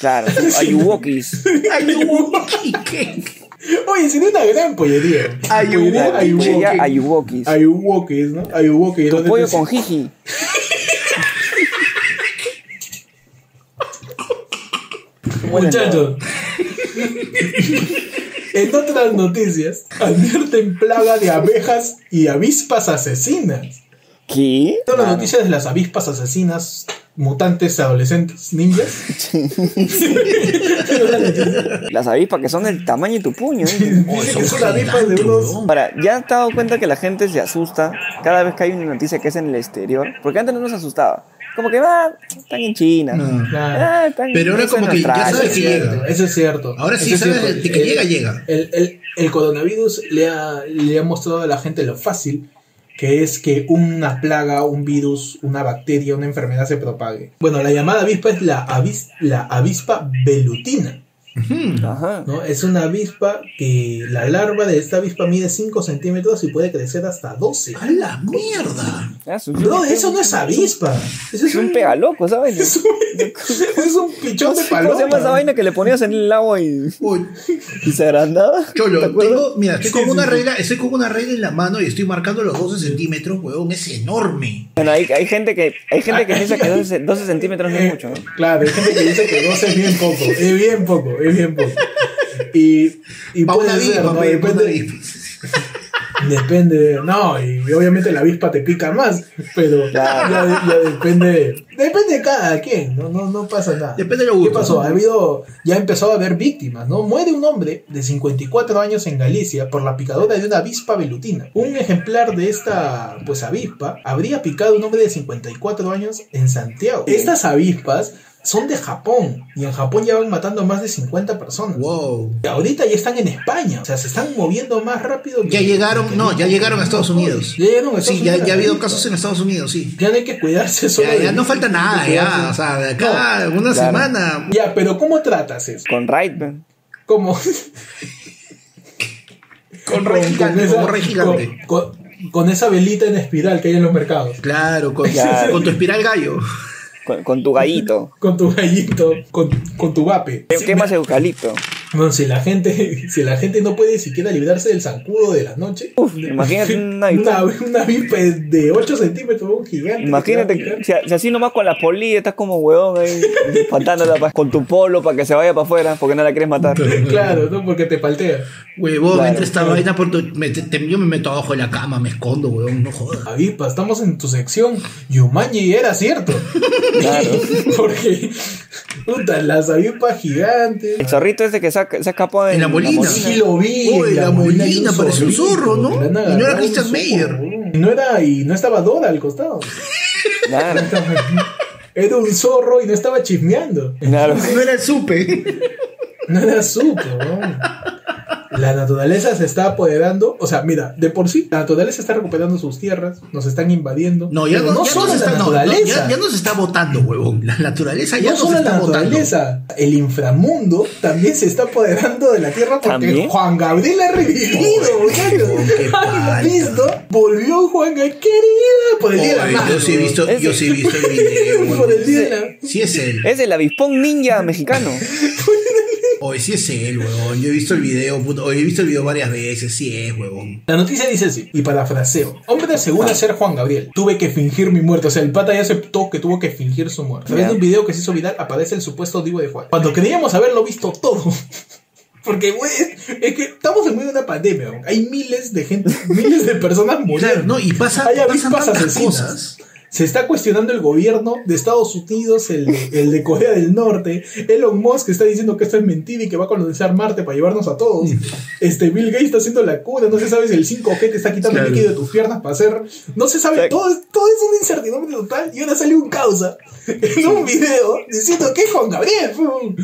[SPEAKER 2] Claro, ayuwokis.
[SPEAKER 3] Ay, no, ay, qué-
[SPEAKER 1] Oye, sería una gran pollería.
[SPEAKER 3] Ayuwoki.
[SPEAKER 1] Pollería
[SPEAKER 2] Sería
[SPEAKER 1] Ayuwoki.
[SPEAKER 2] ayuwokis.
[SPEAKER 1] Ayuwoki, ¿no? Ayuwoki.
[SPEAKER 2] Tu
[SPEAKER 1] ¿dónde
[SPEAKER 2] pollo
[SPEAKER 1] te-
[SPEAKER 2] con jiji.
[SPEAKER 1] Muchachos. en otras noticias, advierten plaga de abejas y avispas asesinas.
[SPEAKER 2] ¿Qué?
[SPEAKER 1] Todas las noticias de las avispas asesinas, mutantes, adolescentes, ninjas.
[SPEAKER 2] Las avispas que son del tamaño de tu puño. ¿eh?
[SPEAKER 3] Oh,
[SPEAKER 1] Dicen
[SPEAKER 3] son
[SPEAKER 1] que son avispas de
[SPEAKER 3] gigantes,
[SPEAKER 1] unos.
[SPEAKER 3] weón.
[SPEAKER 2] Ahora, ¿ya has dado cuenta que la gente se asusta cada vez que hay una noticia que es en el exterior? Porque antes no nos asustaba. Como que, ah, están en China.
[SPEAKER 3] No.
[SPEAKER 1] Claro.
[SPEAKER 2] Ah, están
[SPEAKER 3] Pero ahora
[SPEAKER 2] eso
[SPEAKER 3] como
[SPEAKER 2] nos
[SPEAKER 3] que ya
[SPEAKER 2] trae.
[SPEAKER 1] Eso
[SPEAKER 3] sabes
[SPEAKER 1] es
[SPEAKER 3] que
[SPEAKER 1] cierto,
[SPEAKER 3] llega.
[SPEAKER 1] eso es cierto.
[SPEAKER 3] Ahora sí eh,
[SPEAKER 1] Eso es
[SPEAKER 3] sabes
[SPEAKER 1] cierto.
[SPEAKER 3] de que
[SPEAKER 1] El-
[SPEAKER 3] llega, llega.
[SPEAKER 1] El, el- el coronavirus le ha, le ha mostrado a la gente lo fácil que es que una plaga, un virus, una bacteria, una enfermedad se propague. Bueno, la llamada avispa es la, avis- la avispa velutina.
[SPEAKER 3] Hmm.
[SPEAKER 2] Ajá.
[SPEAKER 1] ¿no? Es una avispa que la larva de esta avispa mide 5 centímetros y puede crecer hasta 12.
[SPEAKER 3] A la mierda.
[SPEAKER 2] Ah, su-
[SPEAKER 1] Bro, eso no es avispa. Eso
[SPEAKER 2] Es un pegaloco, ¿sabes?
[SPEAKER 1] Es un, es un pichón de
[SPEAKER 2] ¿Cómo se llama esa
[SPEAKER 1] paloma.
[SPEAKER 2] vaina que le ponías en el agua y,
[SPEAKER 3] Uy,
[SPEAKER 2] y se agrandaba?
[SPEAKER 3] Cholo,
[SPEAKER 2] ¿Te acuerdas?
[SPEAKER 3] tengo- mira, estoy
[SPEAKER 1] Sí,
[SPEAKER 3] con
[SPEAKER 1] sí,
[SPEAKER 3] una
[SPEAKER 1] sí.
[SPEAKER 3] regla, estoy con una regla en la mano y estoy marcando los 12 centímetros, weón, es enorme.
[SPEAKER 2] Bueno, hay, hay gente que, hay gente que piensa que 12, 12 centímetros no es mucho. ¿no?
[SPEAKER 1] Eh, Claro, hay gente que dice que 12 es bien poco, es bien poco, es bien poco. Y, y
[SPEAKER 3] Pa' una
[SPEAKER 1] puede ser,
[SPEAKER 3] avispa,
[SPEAKER 1] ¿no?
[SPEAKER 3] pe, pa' una
[SPEAKER 1] depende,
[SPEAKER 3] avispa.
[SPEAKER 1] depende, no, y obviamente la avispa te pica más, pero
[SPEAKER 2] Claro.
[SPEAKER 1] ya, ya depende, depende de cada quien, no, no, no pasa nada.
[SPEAKER 3] Depende de lo
[SPEAKER 1] ¿Qué
[SPEAKER 3] gusto.
[SPEAKER 1] pasó? Ha habido, ya empezó a haber víctimas, ¿no? Muere un hombre de 54 años en Galicia por la picadura de una avispa velutina. Un ejemplar de esta, pues, avispa habría picado a un hombre de 54 años en Santiago. Estas avispas son de Japón y en Japón ya van matando a más de 50 personas.
[SPEAKER 3] Wow.
[SPEAKER 1] Y ahorita ya están en España, o sea, se están moviendo más rápido. que-
[SPEAKER 3] Ya llegaron,
[SPEAKER 1] que-
[SPEAKER 3] no, ya llegaron a Estados Unidos.
[SPEAKER 1] Ya llegaron a Estados
[SPEAKER 3] Sí, ya,
[SPEAKER 1] Unidos.
[SPEAKER 3] ya ha habido casos en Estados Unidos, sí.
[SPEAKER 1] Ya no hay que cuidarse solo.
[SPEAKER 3] Ya, ya
[SPEAKER 1] de-
[SPEAKER 3] no falta nada, ya. O sea, de acá, una
[SPEAKER 2] Claro.
[SPEAKER 3] semana.
[SPEAKER 1] Ya, pero ¿cómo tratas eso?
[SPEAKER 2] Con Raid, ¿no?
[SPEAKER 1] como
[SPEAKER 3] Con rey gigante, como rey gigante.
[SPEAKER 1] con- con- con esa velita en espiral que hay en los mercados
[SPEAKER 3] Claro, con,
[SPEAKER 2] Claro.
[SPEAKER 3] con tu espiral gallo.
[SPEAKER 2] con, con tu gallito.
[SPEAKER 1] con tu gallito con, con tu vape
[SPEAKER 2] ¿Qué qué más eucalipto?
[SPEAKER 1] Bueno, si la gente si la gente no puede siquiera librarse del zancudo de la noche
[SPEAKER 2] Uf, imagínate una
[SPEAKER 1] una, una avispa de 8 centímetros un gigante que te va a
[SPEAKER 2] Imagínate,
[SPEAKER 1] picar.
[SPEAKER 2] si, si así nomás con las polillas estás como huevón ahí, espantándola pa- con tu polo para que se vaya para afuera, porque no la quieres matar.
[SPEAKER 1] claro no porque te paltea
[SPEAKER 3] Huevón,
[SPEAKER 2] Claro.
[SPEAKER 3] entra esta vaina por tu- me- te- te- yo me meto abajo de la cama, me escondo, huevón, no jodas.
[SPEAKER 1] avispa estamos en tu sección Yumanji era cierto
[SPEAKER 2] Claro.
[SPEAKER 1] porque puta las avispas gigantes
[SPEAKER 2] El zorrito ese que se ha, se ha escapado de
[SPEAKER 3] En la molina.
[SPEAKER 1] Sí lo vi.
[SPEAKER 3] Uy,
[SPEAKER 1] en
[SPEAKER 3] la
[SPEAKER 1] Molina hay
[SPEAKER 3] Molina, parecía un zorro, ¿no?
[SPEAKER 1] Le han
[SPEAKER 3] Y no era
[SPEAKER 1] agarrado un
[SPEAKER 3] Christian
[SPEAKER 1] zorro,
[SPEAKER 3] Meyer.
[SPEAKER 1] weón. Y no era, y no estaba Dora al costado.
[SPEAKER 2] Claro,
[SPEAKER 1] Era un zorro y no estaba chismeando.
[SPEAKER 2] claro.
[SPEAKER 3] No era el supe.
[SPEAKER 1] No era supo, weón. La naturaleza se está apoderando. O sea, mira, de por sí, la naturaleza está recuperando sus tierras, nos están invadiendo.
[SPEAKER 3] No, ya,
[SPEAKER 1] pero
[SPEAKER 3] no,
[SPEAKER 1] no
[SPEAKER 3] ya
[SPEAKER 1] solo
[SPEAKER 3] nos
[SPEAKER 1] la
[SPEAKER 3] está, no, no,
[SPEAKER 1] naturaleza.
[SPEAKER 3] ya, ya nos está votando, huevón. La naturaleza ya
[SPEAKER 1] no
[SPEAKER 3] nos
[SPEAKER 1] solo
[SPEAKER 3] está
[SPEAKER 1] la
[SPEAKER 3] votando.
[SPEAKER 1] naturaleza, el inframundo también se está apoderando de la tierra porque
[SPEAKER 2] ¿También?
[SPEAKER 1] Juan Gabriel ha revivido, muchachos.
[SPEAKER 3] huevón, qué falta.
[SPEAKER 1] Listo, volvió Juan Gabriel, querida, por el día de la
[SPEAKER 3] Oye,
[SPEAKER 1] madre.
[SPEAKER 3] yo sí he visto,
[SPEAKER 2] Es-
[SPEAKER 3] yo sí he visto el video.
[SPEAKER 1] Por el ¿Eh?
[SPEAKER 3] huevón.
[SPEAKER 1] día de la-
[SPEAKER 3] Sí es él.
[SPEAKER 2] Es el avispón ninja mexicano.
[SPEAKER 3] Hoy sí es él, huevón. Yo he visto el video, puto. Hoy he visto el video varias veces. Sí es, huevón.
[SPEAKER 1] La noticia dice así, y parafraseo. Hombre
[SPEAKER 3] Ah.
[SPEAKER 1] asegura ser Juan Gabriel. Tuve que fingir mi muerte. O sea, el pata ya aceptó que tuvo que fingir su muerte. A través
[SPEAKER 2] Ya.
[SPEAKER 1] de un video que se hizo viral aparece el supuesto divo de Juan. Cuando creíamos haberlo visto todo. Porque, güey, es, es que estamos en medio de una pandemia. güey. Hay miles de gente, miles de personas muriendo.
[SPEAKER 3] Claro, no, y pasa,
[SPEAKER 1] Hay
[SPEAKER 3] pasan
[SPEAKER 1] avispas
[SPEAKER 3] tantas
[SPEAKER 1] asesinas.
[SPEAKER 3] cosas.
[SPEAKER 1] Se está cuestionando el gobierno de Estados Unidos, el de, el de Corea del Norte. Elon Musk está diciendo que esto es mentira y que va a colonizar Marte para llevarnos a todos. Este Bill Gates está haciendo la cura. No se sabe si el 5G te está quitando
[SPEAKER 3] Claro.
[SPEAKER 1] el líquido de tus piernas para hacer. No se sabe.
[SPEAKER 2] Claro.
[SPEAKER 1] Todo, es- todo es una incertidumbre total. Y ahora sale un causa en un video diciendo que es Juan Gabriel. pum.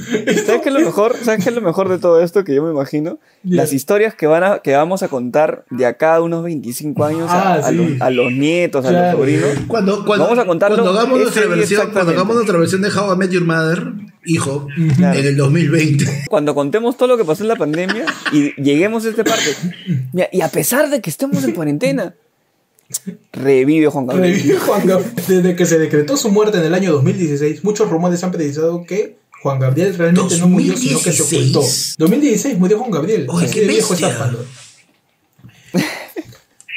[SPEAKER 2] ¿Sabes qué es lo mejor? ¿Sabes qué es lo mejor de todo esto que yo me imagino?
[SPEAKER 1] Ya.
[SPEAKER 2] Las historias que, van a, que vamos a contar de acá a unos 25 años a,
[SPEAKER 1] Ah,
[SPEAKER 2] a
[SPEAKER 1] sí.
[SPEAKER 2] los, a los nietos, a
[SPEAKER 1] Claro.
[SPEAKER 2] los sobrinos.
[SPEAKER 3] Cuando, cuando,
[SPEAKER 2] Vamos a contarlo
[SPEAKER 3] cuando hagamos
[SPEAKER 2] ese
[SPEAKER 3] nuestra
[SPEAKER 2] día
[SPEAKER 3] versión, cuando
[SPEAKER 2] exactamente.
[SPEAKER 3] hagamos nuestra versión de How I Met Your Mother, hijo,
[SPEAKER 2] Claro.
[SPEAKER 3] en el 2020.
[SPEAKER 2] Cuando contemos todo lo que pasó en la pandemia y lleguemos a esta parte. Mira, y a pesar de que estemos en cuarentena, revive Juan Gabriel.
[SPEAKER 1] Revivió Juan Gabriel. Desde que se decretó su muerte en el año 2016, muchos rumores han predicado que Juan Gabriel realmente no murió, sino que se
[SPEAKER 3] 2016.
[SPEAKER 1] ocultó. 2016 murió Juan Gabriel.
[SPEAKER 3] Oye,
[SPEAKER 1] Así
[SPEAKER 3] qué
[SPEAKER 1] de viejo
[SPEAKER 3] bestia.
[SPEAKER 1] está Pablo.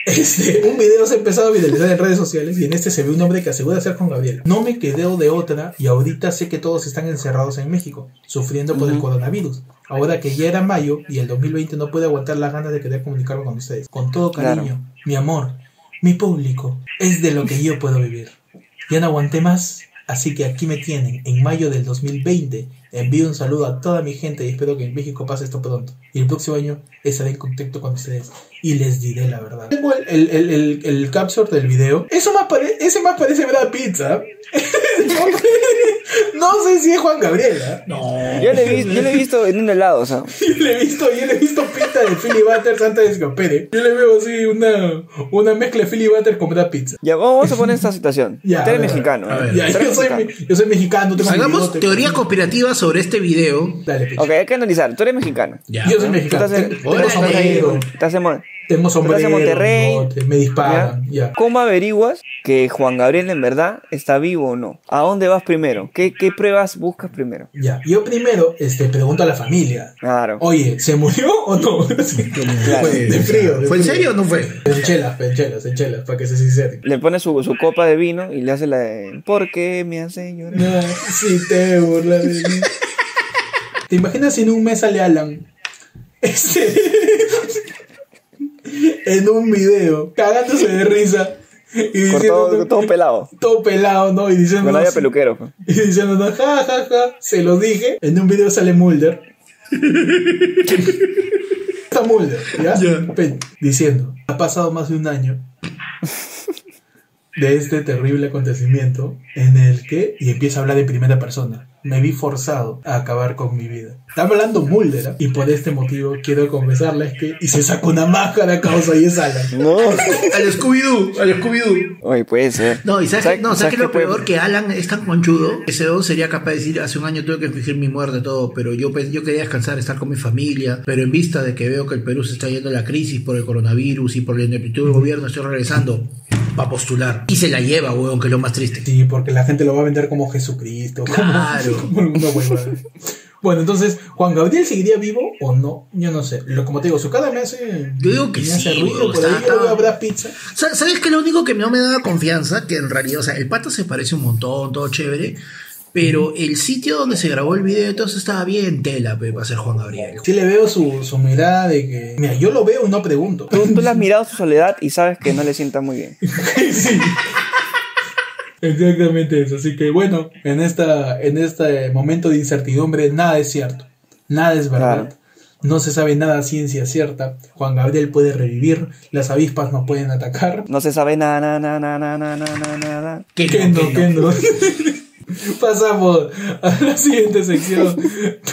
[SPEAKER 1] Este, un video se ha empezado a viralizar en redes sociales y en este se ve un hombre que asegura ser Juan Gabriel. No me quedé de otra y ahorita sé que todos están encerrados en México, sufriendo por el coronavirus. Ahora que ya era mayo y el 2020 no puede aguantar las ganas de querer comunicarme con ustedes. Con todo cariño,
[SPEAKER 2] Claro.
[SPEAKER 1] mi amor, mi público, es de lo que yo puedo vivir. Ya no aguanté más, así que aquí me tienen. En mayo del 2020 envío un saludo a toda mi gente y espero que en México pase esto pronto. Y el próximo año estaré en contacto con ustedes y les diré la verdad. Tengo el, el, el, el- el capture del video. Eso más pare- ese más parece Brad Pitt, ¿ah? no sé si es Juan Gabriel, ¿ah?
[SPEAKER 2] Yo le, vi- yo le he visto en un helado, o sea.
[SPEAKER 1] Yo le he visto, yo le he visto pinta de Philly Butters antes de que opere. Yo le veo así una, una mezcla de Philly Butter con Brad Pitt.
[SPEAKER 2] Ya, vamos a poner esta situación.
[SPEAKER 1] Ya,
[SPEAKER 2] Tú
[SPEAKER 1] a
[SPEAKER 2] eres
[SPEAKER 1] ver,
[SPEAKER 2] mexicano.
[SPEAKER 3] a
[SPEAKER 2] ¿eh?
[SPEAKER 3] ver.
[SPEAKER 2] Tú
[SPEAKER 1] Ya,
[SPEAKER 2] eres
[SPEAKER 1] yo, soy,
[SPEAKER 2] mexicano.
[SPEAKER 1] mi- yo soy mexicano, tengo mi
[SPEAKER 3] Hagamos
[SPEAKER 1] bigote.
[SPEAKER 3] teoría cooperativa sobre este video.
[SPEAKER 1] Dale, pues, picha.
[SPEAKER 2] Ok, hay que analizar. Tú eres mexicano.
[SPEAKER 3] Ya,
[SPEAKER 1] Yo soy
[SPEAKER 3] ¿no?
[SPEAKER 1] mexicano.
[SPEAKER 2] Estás en-
[SPEAKER 1] Ten-
[SPEAKER 3] Hola,
[SPEAKER 1] Tengo sombrero.
[SPEAKER 2] Estás en, Mon-
[SPEAKER 1] Tengo sombrero.
[SPEAKER 2] Monterrey.
[SPEAKER 1] bigote, Me disparan. Ya.
[SPEAKER 2] ¿Cómo averiguas que Juan Gabriel en verdad está vivo o no? ¿A dónde vas primero? ¿Qué, qué pruebas buscas primero?
[SPEAKER 1] Ya. Yo primero este, pregunto a la familia.
[SPEAKER 2] Claro.
[SPEAKER 1] Oye, ¿se murió o no?
[SPEAKER 2] Claro.
[SPEAKER 1] Fue de frío. de
[SPEAKER 3] ¿Fue en
[SPEAKER 1] frío.
[SPEAKER 3] serio o no fue?
[SPEAKER 1] En chelas, en chelas, en chelas, para que se sinceren.
[SPEAKER 2] Le pone su, su copa de vino y le hace la de... ¿Por qué me hace llorar?
[SPEAKER 1] Ah, sí, te burlas de mí. ¿Te imaginas si en un mes sale Alan? Este- en un video, cagándose de risa. Y
[SPEAKER 2] Con
[SPEAKER 1] diciendo,
[SPEAKER 2] todo, todo pelado.
[SPEAKER 1] todo pelado, ¿no? Y diciendo,
[SPEAKER 2] Con la vida
[SPEAKER 1] sí,
[SPEAKER 2] peluquero. pues.
[SPEAKER 1] Y diciendo, no, ja, ja, ja, se lo dije. En un video sale Mulder. Está Mulder, ¿ya?
[SPEAKER 3] Ya.
[SPEAKER 1] Pe- Diciendo, ha pasado más de un año de este terrible acontecimiento en el que, y empieza a hablar de primera persona, me vi forzado a acabar con mi vida. Está hablando Mulder, ¿ah? y por este motivo quiero confesarles que, y se sacó una máscara, causa, y es Alan.
[SPEAKER 2] No.
[SPEAKER 3] Al Scooby-Doo, al Scooby-Doo.
[SPEAKER 2] Oye, puede ser.
[SPEAKER 3] No, y sabes,
[SPEAKER 2] ¿Sabes-
[SPEAKER 3] no, ¿sabes
[SPEAKER 2] sabes
[SPEAKER 3] que lo
[SPEAKER 2] qué puede-
[SPEAKER 3] peor que Alan es tan conchudo que ese don sería capaz de decir hace un año tuve que fingir mi muerte todo, pero yo pe- yo quería descansar, estar con mi familia, pero en vista de que veo que el Perú se está yendo a la crisis por el coronavirus y por la ineptitud del gobierno, estoy regresando para postular. Y se la lleva, weón, que es lo más triste.
[SPEAKER 1] Sí, porque la gente lo va a vender como Jesucristo. como-
[SPEAKER 3] Claro.
[SPEAKER 1] como una huevada. Bueno, entonces, ¿Juan Gabriel seguiría vivo o no? Yo no sé. Lo- como te digo, su cara me hace.
[SPEAKER 3] Yo digo que
[SPEAKER 1] me hace
[SPEAKER 3] sí,
[SPEAKER 1] ruido.
[SPEAKER 3] huevón,
[SPEAKER 1] Por ahí
[SPEAKER 3] está-
[SPEAKER 1] yo veo
[SPEAKER 3] está-
[SPEAKER 1] a Brad Pitt, ¿sabes?
[SPEAKER 3] Sa- ¿Sabes que Lo único que no me daba confianza, que en realidad, o sea, el pato se parece un montón, todo chévere, pero el sitio donde se grabó el video, entonces estaba bien tela, pe, para ser Juan Gabriel.
[SPEAKER 1] Sí le veo su, su mirada de que. Mira, yo lo veo y no pregunto.
[SPEAKER 2] Tú, tú le has mirado su soledad y sabes que no le sienta muy bien.
[SPEAKER 1] sí. Exactamente eso. Así que bueno, en esta, en este momento de incertidumbre, nada es cierto. Nada es verdad.
[SPEAKER 2] Claro.
[SPEAKER 1] No se sabe nada a ciencia cierta. Juan Gabriel puede revivir. Las avispas no pueden atacar.
[SPEAKER 2] No se sabe nada, nada, nada, nada, nada, nada, nada.
[SPEAKER 3] Que no,
[SPEAKER 1] Que no,
[SPEAKER 3] que no.
[SPEAKER 1] que no. Pasamos a la siguiente sección.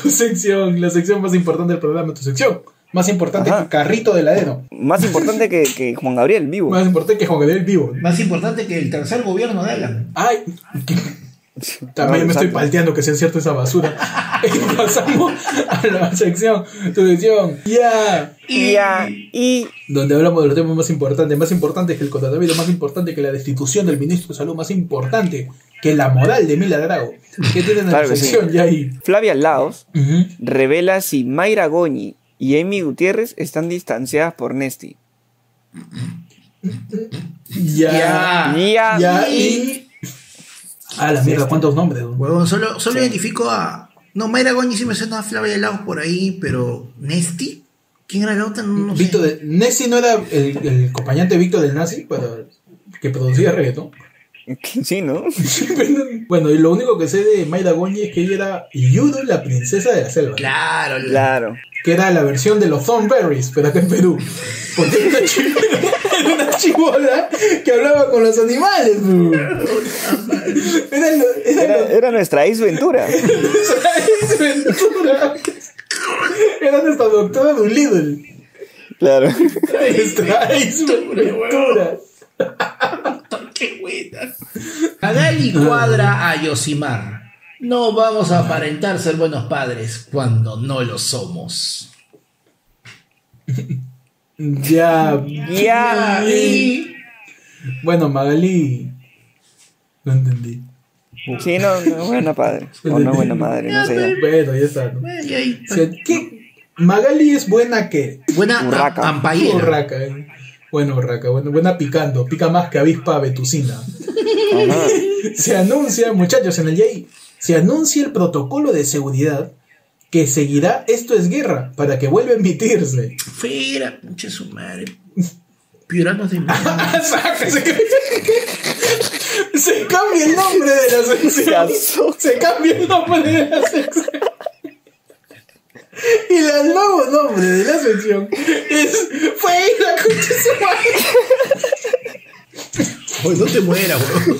[SPEAKER 1] Tu sección, la sección más importante del programa, tu sección. Más importante
[SPEAKER 2] Ajá.
[SPEAKER 1] que Carrito de Ladeno.
[SPEAKER 2] Más importante que, que Juan Gabriel vivo.
[SPEAKER 1] Más importante que Juan Gabriel vivo.
[SPEAKER 3] Más importante que el tercer gobierno de Alan.
[SPEAKER 1] Ay,
[SPEAKER 2] No,
[SPEAKER 1] también me estoy
[SPEAKER 2] exacto.
[SPEAKER 1] palteando que sea cierta esa basura. Y pasamos a la sección, tu sección, ya.
[SPEAKER 2] Y, ah, y
[SPEAKER 1] Donde hablamos de los temas más importantes, más importantes que el contratamiento, más importante que la destitución del ministro de salud, más importante que la moral de Mila Drago. ¿Qué tienen en
[SPEAKER 2] Claro
[SPEAKER 1] la
[SPEAKER 2] que sí.
[SPEAKER 1] sección ya ahí?
[SPEAKER 2] Flavia Laos
[SPEAKER 1] Ujú.
[SPEAKER 2] revela si Mayra Goñi y Amy Gutiérrez están distanciadas por Nesti.
[SPEAKER 1] Ya.
[SPEAKER 3] Ah, Ya.
[SPEAKER 2] Ya.
[SPEAKER 1] Ya, y. A la mierda, ¿cuántos nombres?
[SPEAKER 3] Huevón, solo, solo identifico a. No, Mayra Goñi sí me suena a Flavia Laos por ahí, pero. ¿Nesti? ¿Quién era la otra? No, no sé.
[SPEAKER 1] Víctor de... Nessi no era el, el acompañante de Víctor del Nazi para... que producía reggaetón.
[SPEAKER 2] Sí, ¿no?
[SPEAKER 1] bueno, y lo único que sé de Mayra Goñi es que ella era Yudo, la princesa de la selva.
[SPEAKER 3] Claro, la-
[SPEAKER 2] Claro.
[SPEAKER 1] Que era la versión de los Thornberries, pero acá en Perú. Porque era una, chi- era una chibola que hablaba con los animales. bu. Era, lo, era
[SPEAKER 2] Era,
[SPEAKER 1] lo-
[SPEAKER 2] era nuestra Ace Ventura.
[SPEAKER 1] esa aventura. Era nuestra doctora Doolittle.
[SPEAKER 2] Claro.
[SPEAKER 1] Nuestra aventura.
[SPEAKER 3] ¡Qué buena! A Gali cuadra a Yosimar. No vamos a aparentar ser buenos padres cuando no lo somos.
[SPEAKER 1] Ya.
[SPEAKER 2] Ya.
[SPEAKER 3] Y
[SPEAKER 1] Bueno, Magali. No entendí.
[SPEAKER 2] Sí, no, no es buena padre. O no es buena madre, no sé. ya.
[SPEAKER 1] Bueno, ya está. ¿no?
[SPEAKER 3] Ay, ay.
[SPEAKER 1] O sea, ¿qué? Magali es buena que.
[SPEAKER 3] Buena
[SPEAKER 2] Urraca.
[SPEAKER 3] a- ampallera.
[SPEAKER 1] Borraca. eh. Bueno, borraca. Bueno, buena picando. Pica más que avispa vetucina.
[SPEAKER 2] Ajá.
[SPEAKER 1] Se anuncia, muchachos, en el JI, se anuncia el protocolo de seguridad que seguirá Esto es guerra para que vuelva a emitirse.
[SPEAKER 3] Fuera, pinche su madre. Pioranos de mierda.
[SPEAKER 1] Saca, se, cambia- se cambia el nombre de la sección. Se cambia el nombre de la sección. Y el nuevo nombre de la sección es Fue la concha de su madre.
[SPEAKER 3] Oye, no te mueras, weón.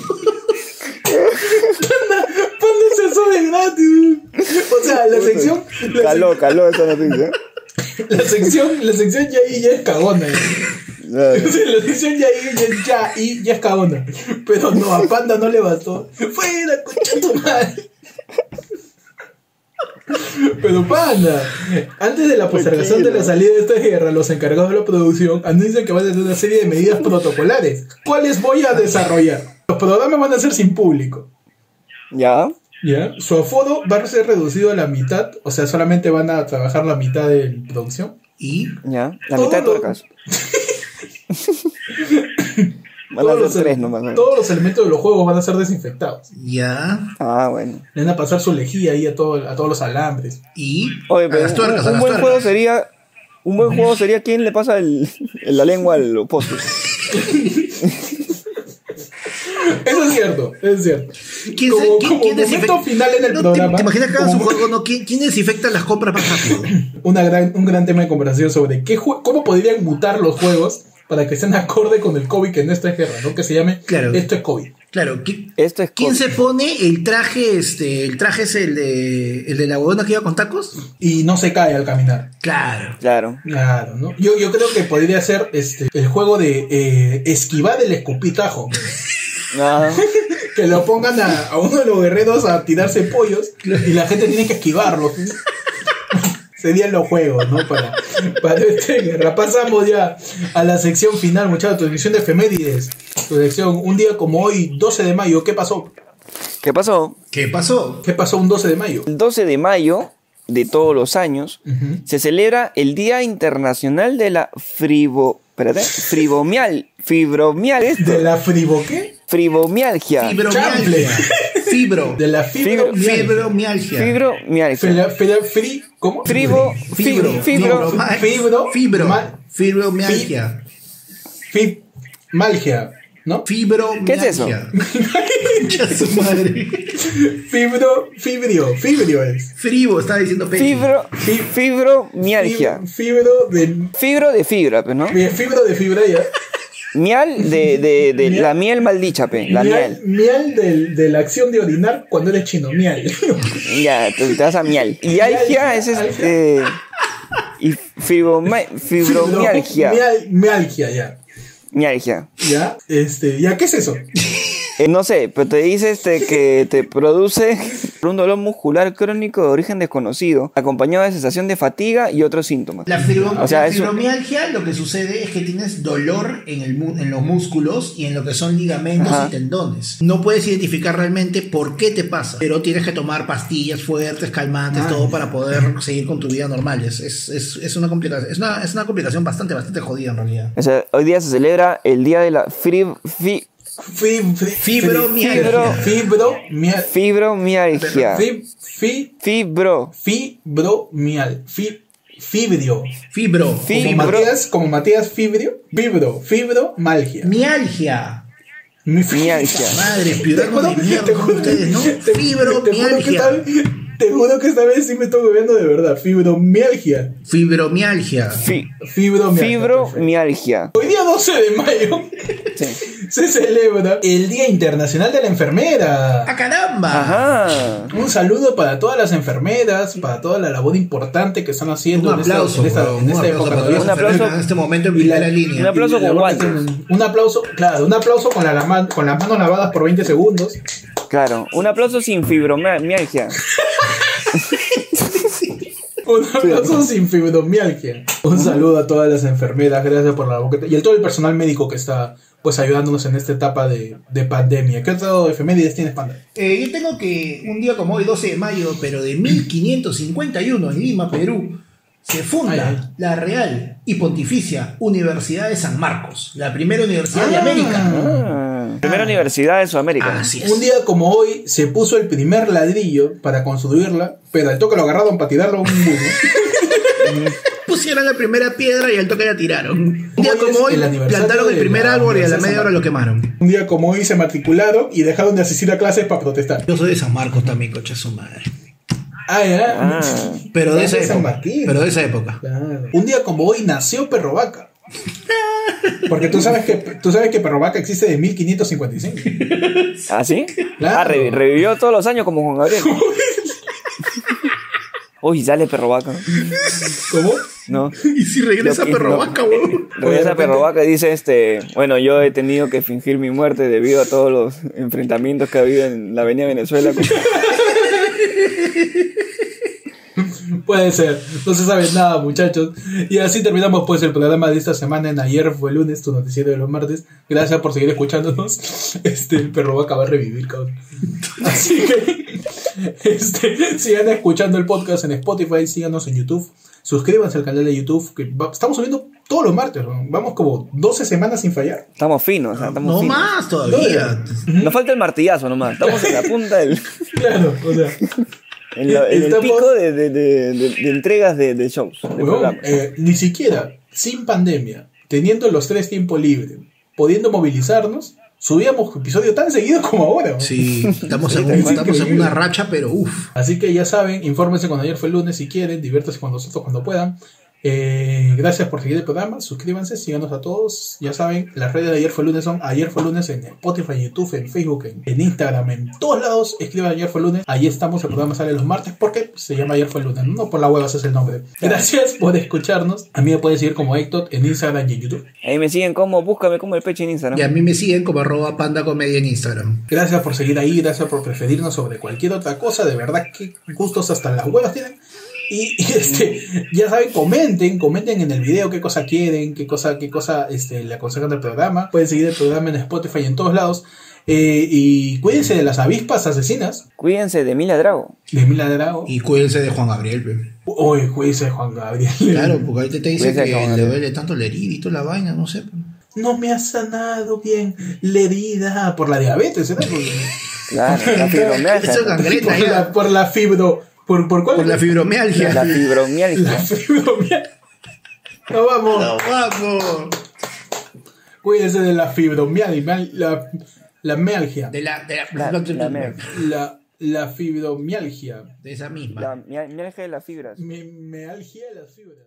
[SPEAKER 1] Panda se sube gratis. O sea, la sección. La,
[SPEAKER 2] Caló, caló esa noticia.
[SPEAKER 1] sec- la sección, la sección ya ahí ya es cagona.
[SPEAKER 2] Claro.
[SPEAKER 1] O sea, la sección ya ahí ya, es- ya ahí ya es cagona. Pero no, a Panda no le bastó. Fue la concha de tu madre. Pero panda, antes de la postergación de la salida de esta guerra, los encargados de la producción anuncian que van a tener una serie de medidas protocolares. ¿Cuáles voy a desarrollar? Los programas van a ser sin público.
[SPEAKER 2] Ya.
[SPEAKER 1] ¿Ya? Su aforo va a ser reducido a la mitad, o sea, solamente van a trabajar la mitad de producción.
[SPEAKER 3] Y
[SPEAKER 2] Ya, la
[SPEAKER 1] Todo
[SPEAKER 2] mitad de
[SPEAKER 1] lo-
[SPEAKER 2] tuercas. Van a ser tres nomás. ¿no?
[SPEAKER 1] todos los elementos de los juegos van a ser desinfectados.
[SPEAKER 3] ya.
[SPEAKER 2] Ah, bueno.
[SPEAKER 1] Le van a pasar su lejía ahí a, todo- a todos los alambres.
[SPEAKER 3] Y.
[SPEAKER 2] Oye,
[SPEAKER 3] a
[SPEAKER 2] pero
[SPEAKER 3] las tuercas,
[SPEAKER 2] un,
[SPEAKER 3] a
[SPEAKER 2] un
[SPEAKER 3] las
[SPEAKER 2] buen juego
[SPEAKER 3] tuercas.
[SPEAKER 2] sería. Un buen juego sería quién le pasa el, la lengua al postes.
[SPEAKER 1] Eso es cierto, es cierto.
[SPEAKER 3] ¿Quién,
[SPEAKER 1] como
[SPEAKER 3] se- quién-
[SPEAKER 1] como
[SPEAKER 3] quién
[SPEAKER 1] momento
[SPEAKER 3] desinfec-
[SPEAKER 1] final en el
[SPEAKER 3] No, te-
[SPEAKER 1] programa.
[SPEAKER 3] ¿Te, imaginas que hagan su
[SPEAKER 1] como
[SPEAKER 3] juego? No, ¿Quién, ¿Quién desinfecta las compras más rápido?
[SPEAKER 1] una gran, un gran tema de conversación sobre qué jue- cómo podrían mutar los juegos para que sean acorde con el COVID que en esta guerra, ¿no? Que se llame
[SPEAKER 3] Claro.
[SPEAKER 1] Esto es COVID.
[SPEAKER 3] Claro, ¿quién,
[SPEAKER 2] Esto es
[SPEAKER 3] ¿quién
[SPEAKER 2] COVID.
[SPEAKER 3] se pone el traje, este, el traje es el de, el de la huevona que iba con tacos?
[SPEAKER 1] Y no se cae al caminar.
[SPEAKER 3] Claro.
[SPEAKER 2] Claro.
[SPEAKER 1] Claro, ¿no? Yo, yo creo que podría ser este, el juego de eh, esquivar el escupitajo.
[SPEAKER 2] Ajá.
[SPEAKER 1] Que lo pongan a, a uno de los guerreros a tirarse pollos y la gente tiene que esquivarlo. Serían los juegos, ¿no? Para, para esta guerra. Pasamos ya a la sección final, muchachos. Tu sección de efemérides. Tu sección, un día como hoy, 12 de mayo. ¿Qué pasó?
[SPEAKER 2] ¿Qué pasó?
[SPEAKER 3] ¿Qué pasó?
[SPEAKER 1] ¿Qué pasó un 12 de mayo?
[SPEAKER 2] El 12 de mayo de todos los años
[SPEAKER 1] Ujú.
[SPEAKER 2] se celebra el Día Internacional de la Fribo. Espérate. Fribomial. Fibromial. esto,
[SPEAKER 1] ¿De la fribo qué?
[SPEAKER 2] Fibromialgia.
[SPEAKER 3] Fibromialgia. Fibro.
[SPEAKER 1] De la fibro.
[SPEAKER 3] Fibromialgia.
[SPEAKER 2] Fibromialgia.
[SPEAKER 1] Fela- fela- fri, ¿Cómo?
[SPEAKER 2] Fribo.
[SPEAKER 3] Fibro.
[SPEAKER 2] fi- Fibro.
[SPEAKER 3] Neuroma-
[SPEAKER 1] Fibro.
[SPEAKER 3] Fibro.
[SPEAKER 1] Ma-
[SPEAKER 3] Fibromialgia.
[SPEAKER 1] Fib- Malgia, ¿no?
[SPEAKER 3] Fibromialgia.
[SPEAKER 2] ¿Qué es eso?
[SPEAKER 3] Concha su madre.
[SPEAKER 1] Fibro, fibrio, fibrio es.
[SPEAKER 3] Fribo, estaba diciendo Pepe.
[SPEAKER 2] Fibro. Fibromialgia.
[SPEAKER 1] Fib- Fibro de,
[SPEAKER 2] Fibro de fibra, pues, ¿no?
[SPEAKER 1] de fibro de fibra ya.
[SPEAKER 2] Mial de, de, de
[SPEAKER 1] Miel.
[SPEAKER 2] la miel maldicha, pe. La
[SPEAKER 1] mial
[SPEAKER 2] miel.
[SPEAKER 1] mial del- de, la acción de orinar cuando eres chino, mial.
[SPEAKER 2] Ya, te, te vas a miel. Y algia es este. Y Fibrome- fibromialgia.
[SPEAKER 1] Mial- mialgia, ya.
[SPEAKER 2] Mialgia.
[SPEAKER 1] ¿Ya? Este, ¿ya qué es eso?
[SPEAKER 2] Eh, no sé, pero te dice este que te produce un dolor muscular crónico de origen desconocido, acompañado de sensación de fatiga y otros síntomas.
[SPEAKER 3] La fibro-
[SPEAKER 2] O sea, es un-
[SPEAKER 3] fibromialgia lo que sucede es que tienes dolor en, el mu- en los músculos y en lo que son ligamentos
[SPEAKER 2] Ajá.
[SPEAKER 3] y tendones. No puedes identificar realmente por qué te pasa, pero tienes que tomar pastillas fuertes, calmantes,
[SPEAKER 1] Ah.
[SPEAKER 3] todo para poder seguir con tu vida normal. Es, es, es, es una, complicación, es, una, es una complicación bastante, bastante jodida en realidad.
[SPEAKER 2] O sea, hoy día se celebra el día de la frib- fi-
[SPEAKER 1] Fib- fi-
[SPEAKER 3] Fibromialgia.
[SPEAKER 1] Fibromial.
[SPEAKER 2] fibromialgia.
[SPEAKER 1] Fib- fi-
[SPEAKER 2] Fibro.
[SPEAKER 1] Fibromial. Fi- Fibrio.
[SPEAKER 3] Fibro.
[SPEAKER 2] Fi-
[SPEAKER 1] Como
[SPEAKER 2] Fibro.
[SPEAKER 1] Matías, como Matías Fibrio. Fibro. Fibromalgia.
[SPEAKER 3] Mialgia.
[SPEAKER 1] Mi-
[SPEAKER 2] Mialgia.
[SPEAKER 3] Madre,
[SPEAKER 1] Te
[SPEAKER 3] piudano
[SPEAKER 1] juro,
[SPEAKER 3] de mierda
[SPEAKER 1] te juro,
[SPEAKER 3] ustedes, ¿no?
[SPEAKER 1] te- te juro que esta
[SPEAKER 3] Fibromialgia.
[SPEAKER 1] vez- Te juro que esta vez sí me estoy bebiendo de verdad. Fibromialgia.
[SPEAKER 3] Fibromialgia.
[SPEAKER 2] Fi-
[SPEAKER 1] Fibromialgia. perfecto.
[SPEAKER 2] fibromialgia.
[SPEAKER 1] Hoy día 12 de mayo
[SPEAKER 2] Sí.
[SPEAKER 1] se celebra el Día Internacional de la Enfermera.
[SPEAKER 3] ¡Ah, caramba!
[SPEAKER 2] Ajá.
[SPEAKER 1] Un saludo para todas las enfermeras, para toda la labor importante que están haciendo
[SPEAKER 3] Un
[SPEAKER 1] en esta-
[SPEAKER 3] aplauso,
[SPEAKER 1] en esta,
[SPEAKER 3] weón,
[SPEAKER 1] en
[SPEAKER 3] un
[SPEAKER 1] esta
[SPEAKER 3] aplauso
[SPEAKER 1] época.
[SPEAKER 3] para todas las
[SPEAKER 2] Un aplauso.
[SPEAKER 3] enfermeras en este momento en primera
[SPEAKER 2] Un
[SPEAKER 3] línea.
[SPEAKER 2] aplauso
[SPEAKER 1] Y la
[SPEAKER 2] con
[SPEAKER 1] labor que
[SPEAKER 2] guantes.
[SPEAKER 1] tienen. Un aplauso, claro, un aplauso con, la, la- con las manos lavadas por 20 segundos.
[SPEAKER 2] Claro. Un aplauso sin fibromialgia.
[SPEAKER 1] Un aplauso sin fibromialgia. Un saludo a todas las enfermeras, gracias por la boqueta. Y a todo el personal médico que está pues ayudándonos en esta etapa de, de pandemia. ¿Qué otro efemérides tienes, Panda?
[SPEAKER 3] Eh, yo tengo que un día como hoy, 12 de mayo, pero de 1551 en Lima, Perú, se funda
[SPEAKER 1] Ay, ay.
[SPEAKER 3] la Real y Pontificia Universidad de San Marcos, la primera universidad
[SPEAKER 1] Ah.
[SPEAKER 3] de América.
[SPEAKER 2] Ah. Primera universidad de Sudamérica.
[SPEAKER 3] Así es.
[SPEAKER 1] Un día como hoy se puso el primer ladrillo para construirla, pero al toque lo agarraron para tirarlo a un muro.
[SPEAKER 3] Pusieron la primera piedra y al toque la tiraron. Un día
[SPEAKER 1] Hoy es
[SPEAKER 3] como hoy,
[SPEAKER 1] el aniversario
[SPEAKER 3] plantaron el
[SPEAKER 1] de
[SPEAKER 3] primer
[SPEAKER 1] la
[SPEAKER 3] árbol y a la
[SPEAKER 1] Universidad de
[SPEAKER 3] media
[SPEAKER 1] San
[SPEAKER 3] hora lo quemaron.
[SPEAKER 1] Un día como hoy se matricularon y dejaron de asistir a clases para protestar.
[SPEAKER 3] Yo soy de San Marcos también, coche su madre.
[SPEAKER 1] Ah, ya.
[SPEAKER 2] Ah.
[SPEAKER 3] Pero de
[SPEAKER 1] Ya
[SPEAKER 3] esa
[SPEAKER 1] de San
[SPEAKER 3] época.
[SPEAKER 1] Martín.
[SPEAKER 3] Pero de esa época.
[SPEAKER 1] Claro. Un día como hoy nació Perro Vaca. Porque tú sabes que tú sabes que Perro Vaca existe de 1555.
[SPEAKER 2] ¿Ah, sí?
[SPEAKER 1] Claro.
[SPEAKER 2] Ah, revi- revivió todos los años como Juan Gabriel. Uy, sale perro vaca.
[SPEAKER 1] ¿Cómo?
[SPEAKER 2] No.
[SPEAKER 3] Y si regresa
[SPEAKER 2] Lo-
[SPEAKER 3] perro
[SPEAKER 2] lo-
[SPEAKER 3] vaca, huevón.
[SPEAKER 2] Regresa perro vaca y dice este, bueno, yo he tenido que fingir mi muerte debido a todos los enfrentamientos que ha habido en la Avenida Venezuela. con-
[SPEAKER 1] Puede ser. No se sabe nada, muchachos. Y así terminamos pues el programa de esta semana. En ayer fue lunes, tu noticiero de los martes. Gracias por seguir escuchándonos. Este, el perro Vaca va a revivir, cabrón. Así que este, sigan escuchando el podcast en Spotify, síganos en YouTube, suscríbanse al canal de YouTube, que va- estamos subiendo todos los martes, ¿no? vamos como 12 semanas sin fallar.
[SPEAKER 2] Estamos finos, o sea, estamos
[SPEAKER 3] No
[SPEAKER 2] finos.
[SPEAKER 3] más todavía.
[SPEAKER 2] Nos falta el martillazo nomás. Estamos en la punta del
[SPEAKER 1] Claro, o sea,
[SPEAKER 2] en la- en el
[SPEAKER 1] Estamos-
[SPEAKER 2] pico de, de- de- de- de entregas de, de shows. de
[SPEAKER 1] huevón,
[SPEAKER 2] programas.
[SPEAKER 1] eh, ni siquiera sin pandemia, teniendo los tres tiempos libres, pudiendo movilizarnos, subíamos episodio tan seguido como ahora. ¿no?
[SPEAKER 3] Sí, estamos, en,
[SPEAKER 1] tal
[SPEAKER 3] un-
[SPEAKER 1] cual.
[SPEAKER 3] estamos en una racha, pero uff.
[SPEAKER 1] Así que ya saben, infórmense cuando ayer fue el lunes si quieren, diviértanse con nosotros cuando puedan. Eh, gracias por seguir el programa, suscríbanse, síganos a todos. Ya saben, las redes de ayer fue el lunes son ayer fue el lunes en Spotify, en YouTube, en Facebook, en, en Instagram, en todos lados. Escriban ayer fue el lunes, ahí estamos, el programa sale los martes porque se llama ayer fue el lunes, no por la hueva ese es el nombre. Gracias por escucharnos. A mí me pueden seguir como Héctor en Instagram y en YouTube.
[SPEAKER 2] Ahí me siguen como, búscame como el pecho en Instagram.
[SPEAKER 3] Y a mí me siguen como arroba panda comedia en Instagram.
[SPEAKER 1] Gracias por seguir ahí, gracias por preferirnos sobre cualquier otra cosa. De verdad, que gustos hasta las huevas tienen. Y, y, este, ya saben, comenten, comenten en el video qué cosa quieren, qué cosa, qué cosa este, le aconsejan del programa. Pueden seguir el programa en Spotify y en todos lados. Eh, y cuídense de las avispas asesinas
[SPEAKER 2] Cuídense de Mila Drago.
[SPEAKER 1] de Mila Drago.
[SPEAKER 3] Y cuídense de Juan Gabriel, pe.
[SPEAKER 1] Oye, cuídense de Juan Gabriel.
[SPEAKER 3] Claro, porque ahí te, te dice
[SPEAKER 2] Cuídense de
[SPEAKER 3] que
[SPEAKER 2] Juan
[SPEAKER 3] le
[SPEAKER 2] Gabriel.
[SPEAKER 3] duele tanto la herida y toda la vaina, no sé. pe.
[SPEAKER 1] No me ha sanado bien la herida por la diabetes, ¿verdad? Por,
[SPEAKER 2] Claro, la
[SPEAKER 3] Eso es
[SPEAKER 2] fibromialgia.
[SPEAKER 3] gangrena,
[SPEAKER 1] por la,
[SPEAKER 3] ya.
[SPEAKER 1] por la fibro. ¿Por, por cuál?
[SPEAKER 3] Por la fibromialgia.
[SPEAKER 2] La fibromialgia.
[SPEAKER 1] La fibromialgia. Nos vamos.
[SPEAKER 3] No, vamos.
[SPEAKER 1] Cuídense de la fibromialgia. La, la mialgia.
[SPEAKER 3] De la, de la,
[SPEAKER 2] La- la mer-
[SPEAKER 1] La, la fibromialgia.
[SPEAKER 3] de esa misma.
[SPEAKER 2] La mialgia de las fibras.
[SPEAKER 1] Mi, mialgia de las fibras.